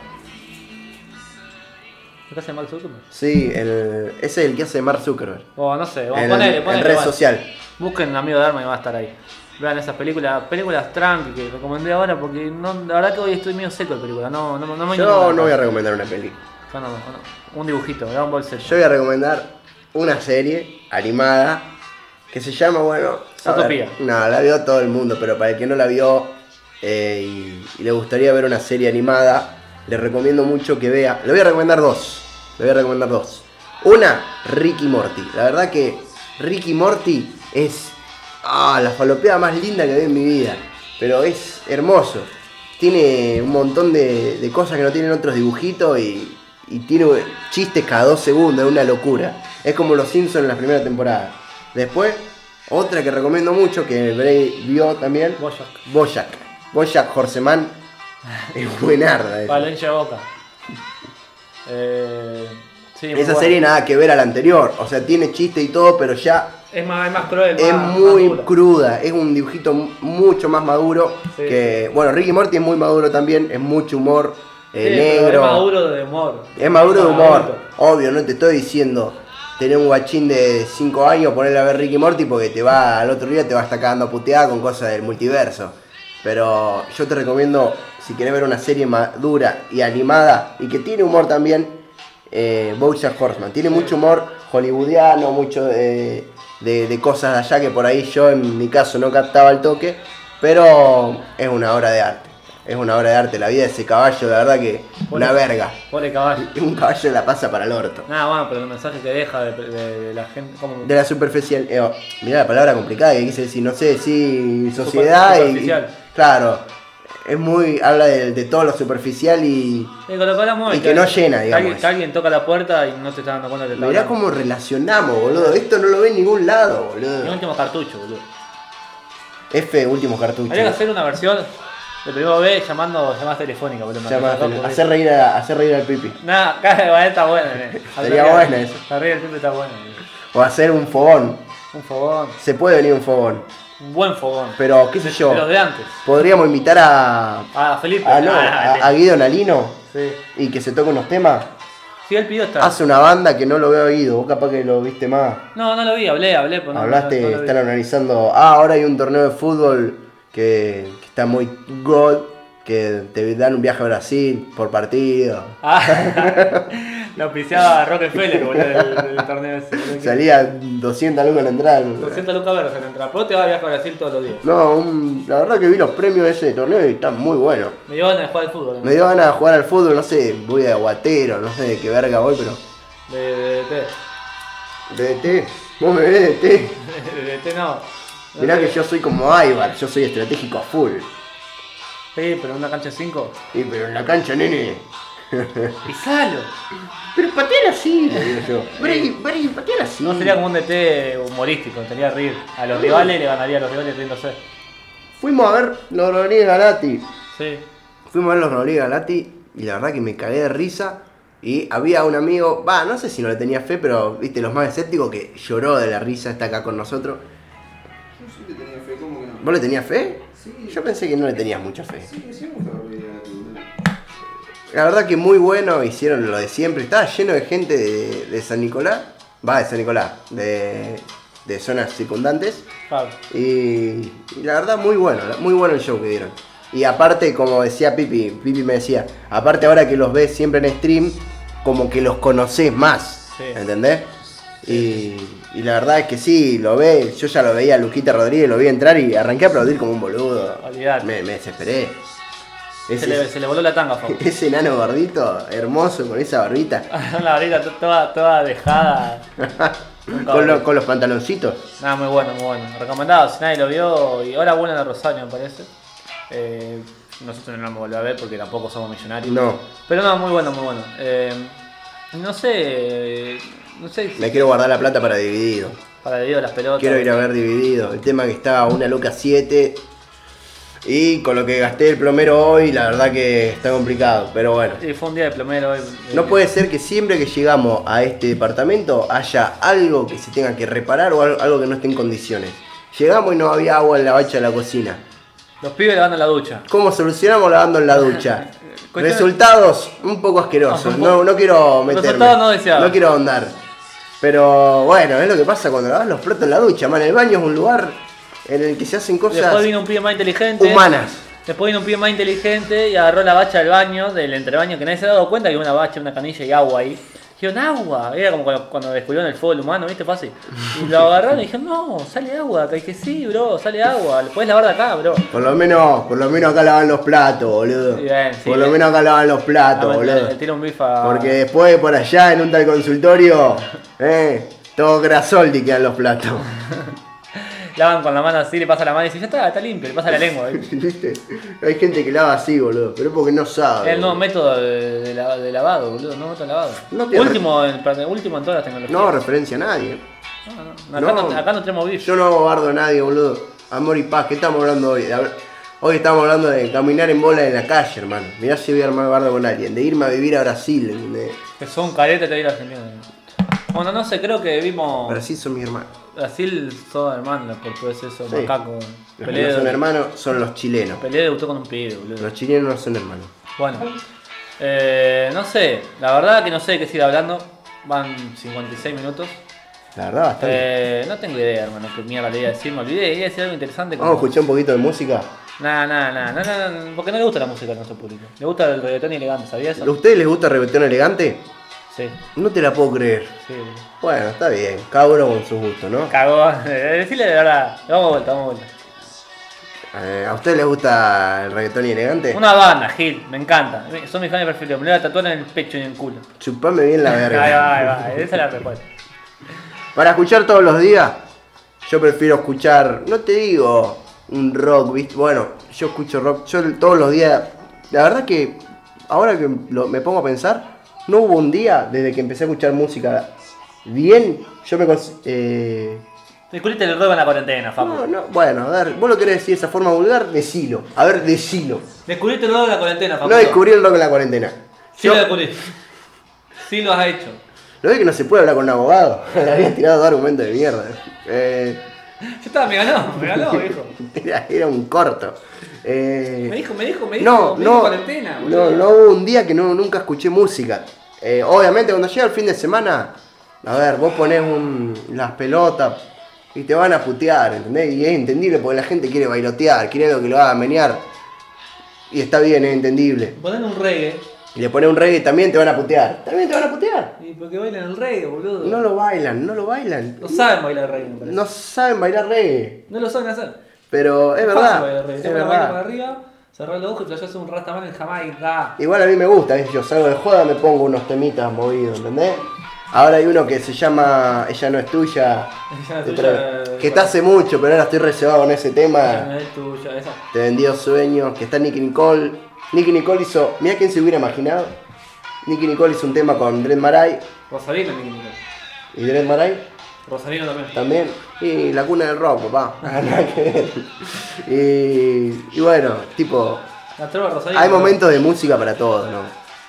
¿Qué hace Mark Zuckerberg? Sí, el, ese es el que hace Mark Zuckerberg. O no sé, bueno, en, ponele, en ponele. red bueno. social. Busquen Amigo de Arma y va a estar ahí. Vean esas películas, películas tranqui que recomendé ahora porque no, la verdad que hoy estoy medio seco de películas, no, no, no me Yo no voy a recomendar una peli. Yo no, no. Un dibujito, Dragon Ball Z. Yo voy a recomendar una serie animada que se llama, bueno... a ver, Zootopia. No, la vio todo el mundo, pero para el que no la vio eh, y, y le gustaría ver una serie animada, le recomiendo mucho que vea... Le voy a recomendar dos. Le voy a recomendar dos. Una, Ricky Morty. La verdad que Ricky Morty es ah, la falopeada más linda que vi en mi vida. Pero es hermoso. Tiene un montón de, de cosas que no tienen otros dibujitos y, y tiene chistes cada dos segundos, es una locura. Es como Los Simpsons en la primera temporada. Después, otra que recomiendo mucho, que Bray vio también, Boyac. Boyac. Boyac Horseman es buenarda. esa. Valencia Boca. Eh, sí, muy Esa bueno. serie nada que ver a la anterior. O sea, tiene chiste y todo, pero ya es más, es más cruel. es más- muy más dura. cruda, es un dibujito mu- mucho más maduro Sí, que. Bueno, Ricky Morty es muy maduro también, es mucho humor eh, Sí, pero negro. Es maduro de humor. es maduro de humor. adulto. Obvio, no te estoy diciendo tener un guachín de 5 años, ponerle a ver Ricky Morty porque te va al otro día te va a estar cagando a puteada con cosas del multiverso. Pero yo te recomiendo, si querés ver una serie madura y animada y que tiene humor también, eh, Bojack Horseman. Tiene mucho humor hollywoodiano, mucho eh, de, de cosas de allá que por ahí yo en mi caso no captaba el toque, pero es una obra de arte. Es una obra de arte. La vida de ese caballo, la verdad que una Bueno. verga. Pobre caballo. Un caballo la pasa para el orto. Nada, bueno, pero el mensaje que deja de, de- de la gente. Como, De la superficial. eh, oh, mirá la palabra complicada que quise decir, no sé, sí, sociedad y- y. superficial. Claro. Es muy. habla de, de todo lo superficial y. Eh, con lo que hablamos y es que no llena, que digamos. alguien, que alguien toca la puerta y no te está dando cuenta que te está Mirá hablando. cómo relacionamos, boludo. Esto no lo ve en ningún lado, Y boludo. último cartucho, boludo. F, último cartucho. Habría que hacer una versión de primero B llamando llamadas telefónicas, boludo. Llama- Loco, boludo. hacer, reír a- hacer reír al pipi. Nada, acá está buena, eh. Estaría Arriba- buena esa. Arriba el tiempo está bueno. eh. O hacer un fogón. Un fogón. Se puede venir un fogón. Un buen fogón. Pero, qué sé yo. De los de antes. Podríamos invitar a. Ah, Felipe. a, no, Ah, a- a Guido Nalino sí. y que se toque unos temas. Sí, él pidió estar. Hace una banda que no lo veo oído, vos capaz que lo viste más. No, no lo vi, hablé, hablé. Pero no, Hablaste, no, no lo vi. están analizando. Ah, ahora hay un torneo de fútbol que, que está muy good, que te dan un viaje a Brasil por partido. Ah, lo piciaba Rockefeller, boludo, el, el torneo ese. boludo. Salía 200 lucas en la entrada. 200 lucas verdes en la entrada. Pero te vas a viajar a Brasil todos los días. No, un- la verdad que vi los premios de ese torneo y están muy buenos. Me dio ganas de jugar al fútbol. ¿no? Me dio ganas de jugar al fútbol, no sé, voy a Guatero, no sé de qué verga voy, pero. De, de, de, DT, vos me ves DT. de, de- de- no. No Mirá sé. que yo soy como Aibar, yo soy estratégico a full. Sí, pero en una cancha 5. Y pero en la cancha, nene. Pisalo. Pero patear así, le digo yo. Bray, Bray, patear así. No sería como un DT humorístico, sería reír. A los rivales le ganaría a los rivales riéndose. Fuimos a ver los Rodríguez Galati. Sí. Fuimos a ver los Rodríguez Galati y la verdad que me cagué de risa. Y había un amigo, va, no sé si no le tenía fe, pero viste, los más escépticos que lloró de la risa, está acá con nosotros. Yo sí te tenía fe, ¿cómo que no? ¿Vos le tenías fe? Sí. Yo pensé que no le tenías mucha fe. Sí, sí me gusta la vida de la tribuna. La verdad que muy bueno, hicieron lo de siempre. Estaba lleno de gente de, de San Nicolás. Va, de San Nicolás, de, de zonas circundantes. Claro. Y, y la verdad muy bueno, muy bueno el show que dieron. Y aparte, como decía Pipi, Pipi me decía, aparte ahora que los ves siempre en stream, como que los conoces más, Sí. ¿entendés? Y, y la verdad es que sí, lo ve, yo ya lo veía a Luquita Rodríguez, lo vi entrar y arranqué a aplaudir como un boludo. Olvidate. Me, me desesperé. Se le, Ese, se le voló la tanga, Fabio. ese enano gordito, hermoso, con esa barbita, la varita to- toda, toda dejada. con, lo- con los pantaloncitos. Nada, Ah, muy bueno, muy bueno. Recomendado, si nadie lo vio. Y ahora bueno de Rosario, me parece. Eh, nosotros no lo vamos a volver a ver porque tampoco somos millonarios. No, Pero no, muy bueno, muy bueno. Eh, no sé. No sé si me quiero guardar la plata para dividido. para el video de las pelotas. Quiero ir a ver dividido. El tema que está una loca 7. Y con lo que gasté el plomero hoy, la verdad que está complicado, pero bueno. Eh, fue un día de plomero hoy. eh, No puede ser que siempre que llegamos a este departamento haya algo que se tenga que reparar o al- algo que no esté en condiciones. Llegamos y no había agua en la bacha de la cocina. Los pibes lavando la ducha. ¿Cómo solucionamos lavando en la ducha? Cuestión- Resultados un poco asquerosos. No, no quiero meterme. Resultados no deseados. No quiero ahondar. Pero bueno, es lo que pasa cuando lavas los platos en la ducha. Man, el baño es un lugar en el que se hacen Después cosas vino un pibe más inteligente. humanas. Después vino un pibe más inteligente y agarró la bacha del baño, del entrebaño, que nadie se había dado cuenta que había una bacha, una canilla y agua ahí. Dijeron, agua. Era como cuando, cuando descubrieron el fuego del humano, ¿viste? Fácil. Y lo agarraron y dijeron, no, sale agua. Que dije, sí, bro, sale agua. Lo podés lavar de acá, bro. Por lo menos, por lo menos acá lavan los platos, boludo. Sí, bien, sí, por lo bien. menos acá lavan los platos, Ah, boludo. le- le tira un bifa. Porque después por allá en un tal consultorio, eh, todo grasoldi quedan los platos. Lavan con la mano así, le pasa la mano y dice, ya está, está limpio, le pasa la lengua. ¿viste? ¿Viste? Hay gente que lava así, boludo, pero es porque no Es sabe. el nuevo boludo. método de, de la- de lavado, boludo, no método de lavado. No tiene- último, en, perdón, último en todas las tecnologías. No hago referencia a nadie. No, no, Acá, no. No. acá no tenemos bicho. Yo no hago bardo a nadie, boludo. Amor y paz, ¿qué estamos hablando hoy? De habl- Hoy estamos hablando de caminar en bola en la calle, hermano. Mirá si voy a armar bardo con alguien, de irme a vivir a Brasil, ¿entendés? Que son caretas de ir a Argentina. Bueno, no sé, creo que vimos. Brasil son mis hermanos. Brasil son hermanos, por todo eso, Sí. macaco. Los que no son Pelé hermanos son los chilenos. Pelé debutó con un pibe, boludo. Los chilenos no son hermanos. Bueno, eh, no sé, la verdad que no sé de qué sigue hablando. Van 56 minutos. La verdad, bastante. Eh, no tengo idea, hermano, qué mierda le iba a decir. Me olvidé, iba a decir algo interesante. Vamos a escuchar un poquito de música. Nah, nah, nah, nah, nah, nah, porque no le gusta la música a nuestro público. Le gusta el reggaetón elegante, ¿sabías ¿A eso? ustedes les gusta reggaetón elegante? Sí, No te la puedo creer. sí. boludo. Bueno, está bien. Cada uno con sus gustos, ¿no? Cagó, decirle la verdad. Le Vamos a vuelta, vamos a vuelta. Eh, ¿A ustedes les gusta el reggaetón elegante? Una banda, Gil, me encanta. Son mis fans perfectos. Me la voy a tatuar en el pecho y en el culo. Chupame bien la Ahí va, ahí verga. va, esa es la respuesta. Para escuchar todos los días, yo prefiero escuchar, no te digo un rock, ¿viste? Bueno, yo escucho rock, yo todos los días, la verdad que ahora que lo- me pongo a pensar, no hubo un día desde que empecé a escuchar música bien, yo me... cons- Eh, Descubriste el robo en la cuarentena, Facu. no, no, bueno, a ver, vos lo querés decir de esa forma vulgar, decilo, a ver, decilo. Descubriste el robo en la cuarentena, Facu. No descubrí el rock en la cuarentena. Sí Yo, lo descubriste. Sí lo has hecho. ¿Lo ves que no se puede hablar con un abogado? Le había tirado dos argumentos de mierda. Eh, Yo estaba, me ganó, me ganó, viejo. era, era un corto. Eh, Me dijo, me dijo, me dijo, no, me dijo no, cuarentena, no, boludo. no hubo un día que no, nunca escuché música. Eh, obviamente cuando llega el fin de semana, a ver, vos ponés un- las pelotas y te van a putear, ¿entendés? Y es entendible porque la gente quiere bailotear, quiere algo que lo haga menear. Y está bien, es entendible. Ponen un reggae. Y le pones un reggae y también te van a putear. También te van a putear. Y porque bailan el reggae, boludo. No lo bailan, no lo bailan. No saben bailar reggae, me parece. No saben bailar reggae. No lo saben hacer. Pero es Fácil verdad. bailar reggae. Es Sacó la mano para verdad. arriba, cerró los ojos y flashás un rastaman en Jamaica. Igual a mí me gusta, ¿viste? yo salgo de joda, me pongo unos temitas movidos, ¿entendés? Ahora hay uno que se llama Ella no es tuya. Ella no es de tuya, Tra- eh, que está hace mucho, pero ahora estoy reservado con ese tema. No es tuya, esa. Te vendió sueños, que está Nicky Nicole. Nicky Nicole hizo. Mirá quién se hubiera imaginado. Nicky Nicole hizo un tema con Dred Maray. Rosalina, mi querido. Y Dred Maray Rosalina también. también. Y la cuna del rock, papá. Nada que ver. y, y bueno, tipo, La trova de Rosalina. Hay momentos de música para todos, ¿no?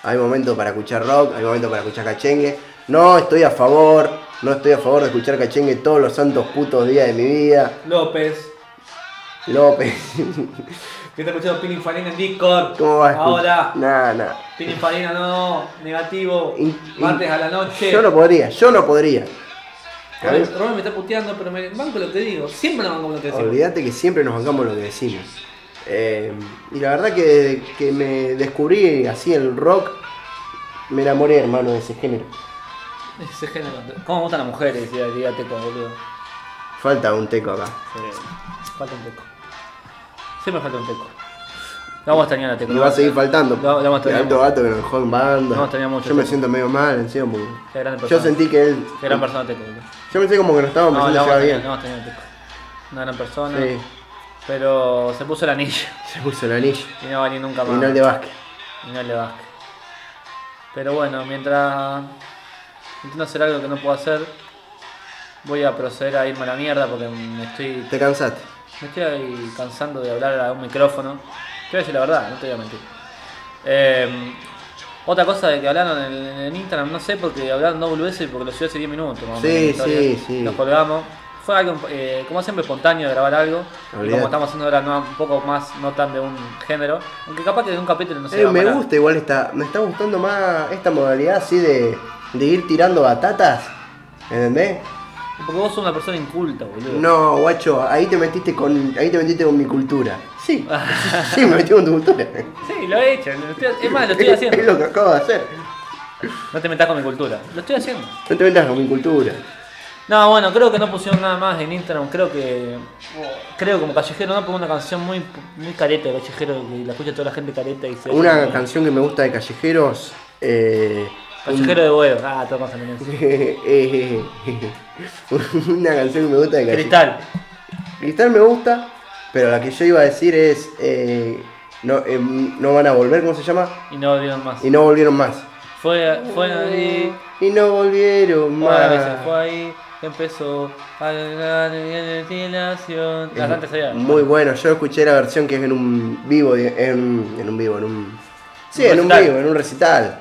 Hay momentos para escuchar rock, hay momentos para escuchar cachengue. No estoy a favor, no estoy a favor de escuchar cachengue todos los santos putos días de mi vida. López. López, Que está escuchando Pininfarina en Discord. ¿cómo vas? Ahora. Nada, nada. Pininfarina no, negativo. In- Martes in- a la noche. Yo no podría, yo no podría. A ver, Robert, Robert me está puteando, pero me banco lo que digo. Siempre me banco lo que decimos. Olvídate que siempre nos bancamos lo que decimos. Eh, y la verdad que desde que me descubrí así el rock, me enamoré, hermano, de ese género. Ese género. ¿Cómo me gustan las mujeres? Decía decía Teco, boludo. Falta un teco acá. Eh, falta un Teco. Siempre falta un Teco. Lo vamos a extrañar a Teco. Y va a seguir faltando. Lo, lo vamos a El extrañar. alto gato que nos dejó en banda. No, tenía mucho yo me tiempo. siento medio mal, en serio, porque Qué grande Yo persona. sentí que él. Qué gran persona Teco, boludo. Yo pensé como que no estaba No, empezando la a vamos a llevar tener, bien. la vamos a tener en Teco. Una gran persona. Sí. Pero se puso el anillo. Se puso el anillo. Y no va ni nunca más. Final de básquet. Inale Vázquez. Pero bueno, mientras intento hacer algo que no puedo hacer, voy a proceder a irme a la mierda porque me estoy. Te cansaste. Me estoy ahí cansando de hablar a un micrófono. Te voy a decir la verdad, no te voy a mentir. Eh, otra cosa de que hablaron en, en Instagram, no sé, porque hablaron dos boludeces porque lo subió hace 10 minutos. más o Sí, menos, la historia. sí, sí. Nos colgamos. Fue algo, eh, como siempre, espontáneo de grabar algo. Y Olvidate. como estamos haciendo ahora no- un poco más, no tan de un género. Aunque capaz que de un capítulo no se Eh, va a me parar. gusta igual esta, me está gustando más esta modalidad así de, de ir tirando batatas, ¿entendés? Porque vos sos una persona inculta, boludo. No, guacho, ahí te metiste con, ahí te metiste con mi cultura. Sí, sí, me metí con tu cultura. Sí, lo he hecho. lo estoy- es más, lo estoy Es lo haciendo. que acabo de hacer. No te metas con mi cultura. Lo estoy haciendo. No te metas con mi cultura. No, bueno, creo que no pusieron nada más en Instagram, creo que. Creo como Callejero, no, pongo una canción muy, muy careta de Callejero, que la escucha toda la gente careta y se. Una canción que me gusta de Callejeros. Eh, Callejero de huevo, ah, todo pasa en eh, una canción que me gusta de Callejeros. Cristal. Cristal me gusta, pero la que yo iba a decir es. eh, no, eh, no van a volver, ¿cómo se llama? Y no volvieron más. Y no volvieron más. Fue, fue ahí. Y no volvieron Una vez más. se fue ahí, empezó a ganar en ventilación. Es Bastante sabía. Muy bueno, yo escuché la versión que es en un vivo, de- en, en un vivo, en un... Sí, Un en un recital. vivo, en un recital.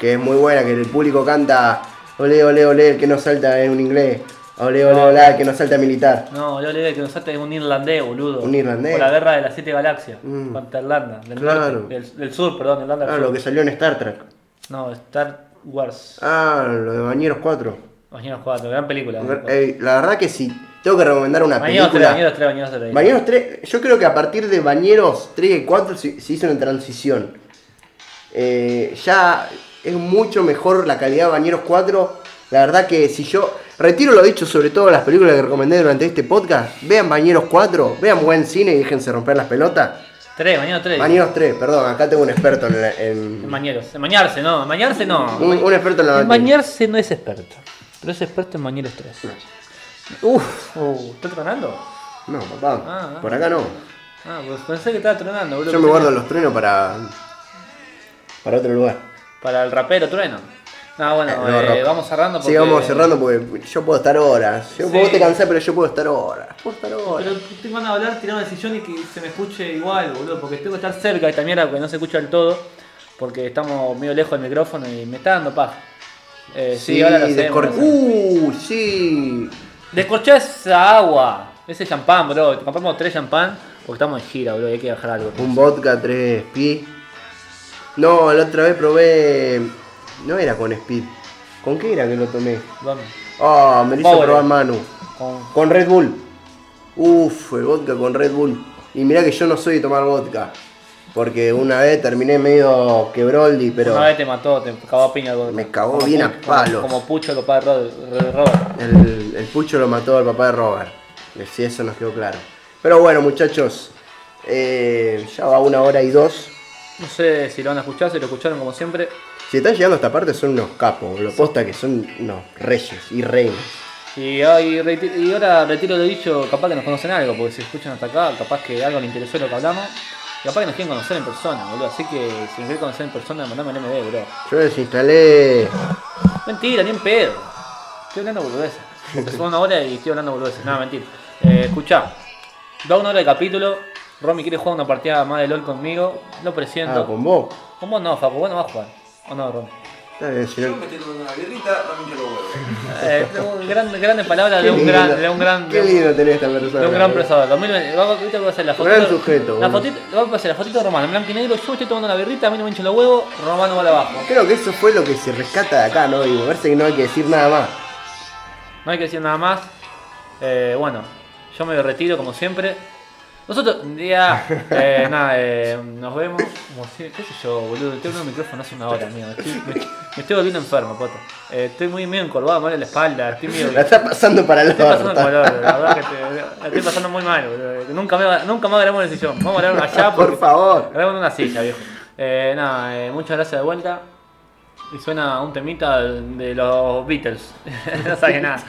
Que es muy buena, que el público canta, ole, ole, ole, el que no salta en un inglés, ole, ole, ole, el que no salta militar. No, yo le digo que nos salta es un irlandés, boludo. Un irlandés. Por la guerra de las siete galaxias. Mm. Contra Irlanda. Del, Claro. norte, del, del sur, perdón, Irlanda del Ah, sur. lo que salió en Star Trek. No, Star Wars. Ah, lo de Bañeros 4. Bañeros 4, gran película. Ey, la verdad que sí, tengo que recomendar una Bañeros 3, película. Bañeros 3, Bañeros 3. Bañeros 3, yo creo que a partir de Bañeros 3 y 4 se, se hizo una transición. Eh, ya es mucho mejor la calidad de Bañeros 4. La verdad que si yo retiro lo dicho sobre todo las películas que recomendé durante este podcast, vean Bañeros 4, vean buen cine y déjense romper las pelotas. 3, Bañeros 3. Bañeros 3, perdón, acá tengo un experto en... la- en- En Bañeros. En bañarse, no. En bañarse, no. un, un experto en la En bañarse no es experto. Pero es experto en Bañeros 3. Uf, uh, ¿está tronando? No, papá, Ah, ah. por acá no. Ah, pues pensé que estaba tronando, boludo. Yo me guardo los truenos para... para otro lugar. Para el rapero trueno. No, bueno, Eh, no, eh, rock. vamos cerrando porque... Sí, vamos cerrando porque yo puedo estar horas. Yo, Vos Sí. te cansás, pero yo puedo estar horas. Puedo estar horas. Pero te van a hablar tirado del sillón y que se me escuche igual, boludo, porque tengo que estar cerca de esta mierda porque no se escucha del todo, porque estamos medio lejos del micrófono y me está dando paja. Eh, sí, ahora lo hacemos. descor- lo hacemos. Uh, sí. Descorchá esa agua, ese champán, bro. Te compramos tres champán porque estamos en gira, bro, y hay que bajar algo. Un vodka, tres speed. No, la otra vez probé. No era con speed. ¿Con qué era que lo tomé? Vamos, Ah, me lo hizo Power. probar Manu. con- Con Red Bull. Uf, el vodka con Red Bull. Y mirá que yo no soy de tomar vodka. Porque una vez terminé medio quebroldi, pero. Una vez te mató, te cagó a piña el gordo. Me cagó Como bien pu- a palos. Como, como pucho lo padre Robert. Robert. El, el Pucho lo mató al papá de Robert. eh, Si eso nos quedó claro. Pero bueno, muchachos. eh, ya va una hora y dos. No sé si lo van a escuchar, si lo escucharon como siempre. Si están llegando a esta parte son unos capos. Lo posta que son unos reyes y reinas. Y, ay, reti- y ahora retiro lo dicho, capaz que nos conocen algo, porque si escuchan hasta acá, capaz que algo les interesó lo que hablamos. Y capaz que nos quieren conocer en persona, boludo. Así que si nos quieren conocer en persona, mandame el MD, bro. Yo les instalé... Mentira, ni en pedo. Estoy hablando boludeces. Empezó una hora y estoy hablando boludeces. Nada, mentira. Eh, escuchá, da una hora de capítulo. Romy quiere jugar una partida más de LOL conmigo. Lo presiento. Ah, con vos. Con vos no, Facu, vos no vas a jugar. ¿O no, Romy? Está bien, si Yo no- me estoy tomando una birrita, también quiero huevos. Eh, un gran, grandes palabras de Qué un lindo. gran, de un gran, Qué de un- lindo tenés esta persona. De un gran eh. procesador. 2020. Vamos- Ahorita voy a hacer la fotito. Gran sujeto, La boludo. fotito, vamos a hacer la fotito de Romano. En blanco y negro, yo estoy tomando una birrita, a mí no me hinchan los huevos, Romano va al abajo. Creo que eso fue lo que se rescata de acá, ¿no? Y me parece que no hay que decir nada más. No hay que decir nada más. Eh, bueno, yo me retiro como siempre. Nosotros, ya, eh, nada, eh, nos vemos. Como si- ¿Qué sé yo, boludo? Estoy hablando el micrófono hace una hora, mía. Me estoy, me, me estoy volviendo enfermo, poto. Eh, estoy muy medio encorvado, mal en la espalda. Estoy medio. La está pasando para el Estoy pasando orto. calor, la verdad que te- la estoy pasando muy mal, boludo. Nunca, me, va- nunca más grabamos en el sillón. Vamos a grabar allá porque- Por favor. Grabamos en una silla, viejo. Eh, nada, eh, muchas gracias de vuelta. Y suena un temita de los Beatles. no sabía nada.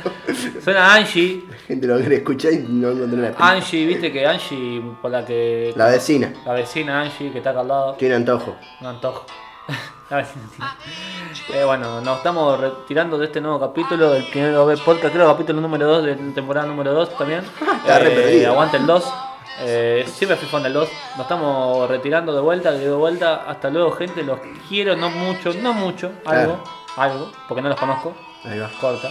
Suena Angie. La gente lo quiere escuchar y no encontré la Angie, viste que Angie, por la que. La vecina. la vecina Angie, que está acá al lado. Tiene antojo. No antojo. la vecina. Eh, bueno, nos estamos retirando de este nuevo capítulo, del primer OB Podcast, creo, capítulo número 2, de temporada número 2 también. Está re perdido. Aguanta el 2. Eh, siempre fui fan del 2. Nos estamos retirando de vuelta, de vuelta. Hasta luego, gente. Los quiero, no mucho, no mucho. Algo, algo, porque no los conozco. Ahí va. Corta.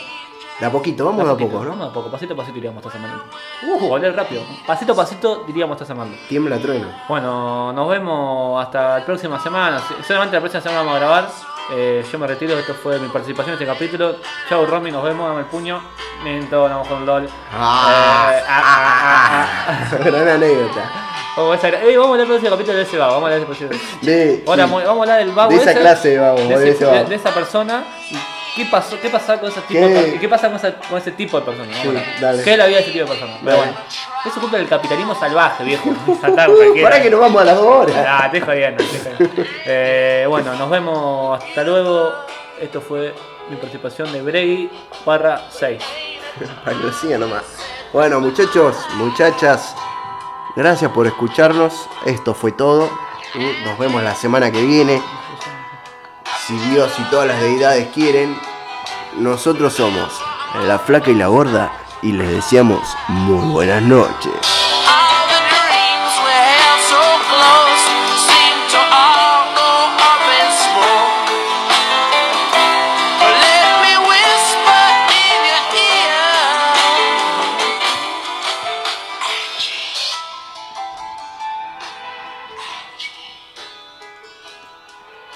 De a poquito, vamos de a poquito, poco, ¿no? Vamos a poco, pasito a pasito iríamos esta semana. Uh, hablé rápido. Pasito a pasito diríamos esta semana. Tiembla trueno. Bueno, nos vemos hasta la próxima semana. Solamente la próxima semana vamos a grabar. Eh, yo me retiro, esto fue mi participación en este capítulo. Chau Romy, nos vemos, dame el puño. Miento, nos vamos con LOL. Ah. Eh, ah, ah, ah, Gran anécdota. ah. Vamos a ese- eh, vamos a hablar del próximo capítulo de ese vago, vamos a hablar de ese próximo. De, Ahora, sí. muy- vamos a hablar del vago. De esa ese, clase de vago, de ese- ese vago. de- de esa persona. y ¿Qué pasó, qué pasa con ese tipo ¿Qué? de per- y qué pasa con, esa- con ese tipo de personas? Vamos a Sí, hablar. dale. ¿Qué es la vida de ese tipo de personas? Pero Dale. bueno, eso es culpa del capitalismo salvaje, viejo. Saltar, Para cualquiera. Uh, que nos vamos a las dos horas. Ah, te jodiendo, te jodiendo. Eh, bueno, nos vemos. Hasta luego. Esto fue mi participación de Brady barra 6. Para que lo sigan nomás. Bueno, muchachos, muchachas, gracias por escucharnos. Esto fue todo. Y Nos vemos la semana que viene. Si Dios y todas las deidades quieren, nosotros somos la flaca y la gorda y les deseamos muy buenas noches.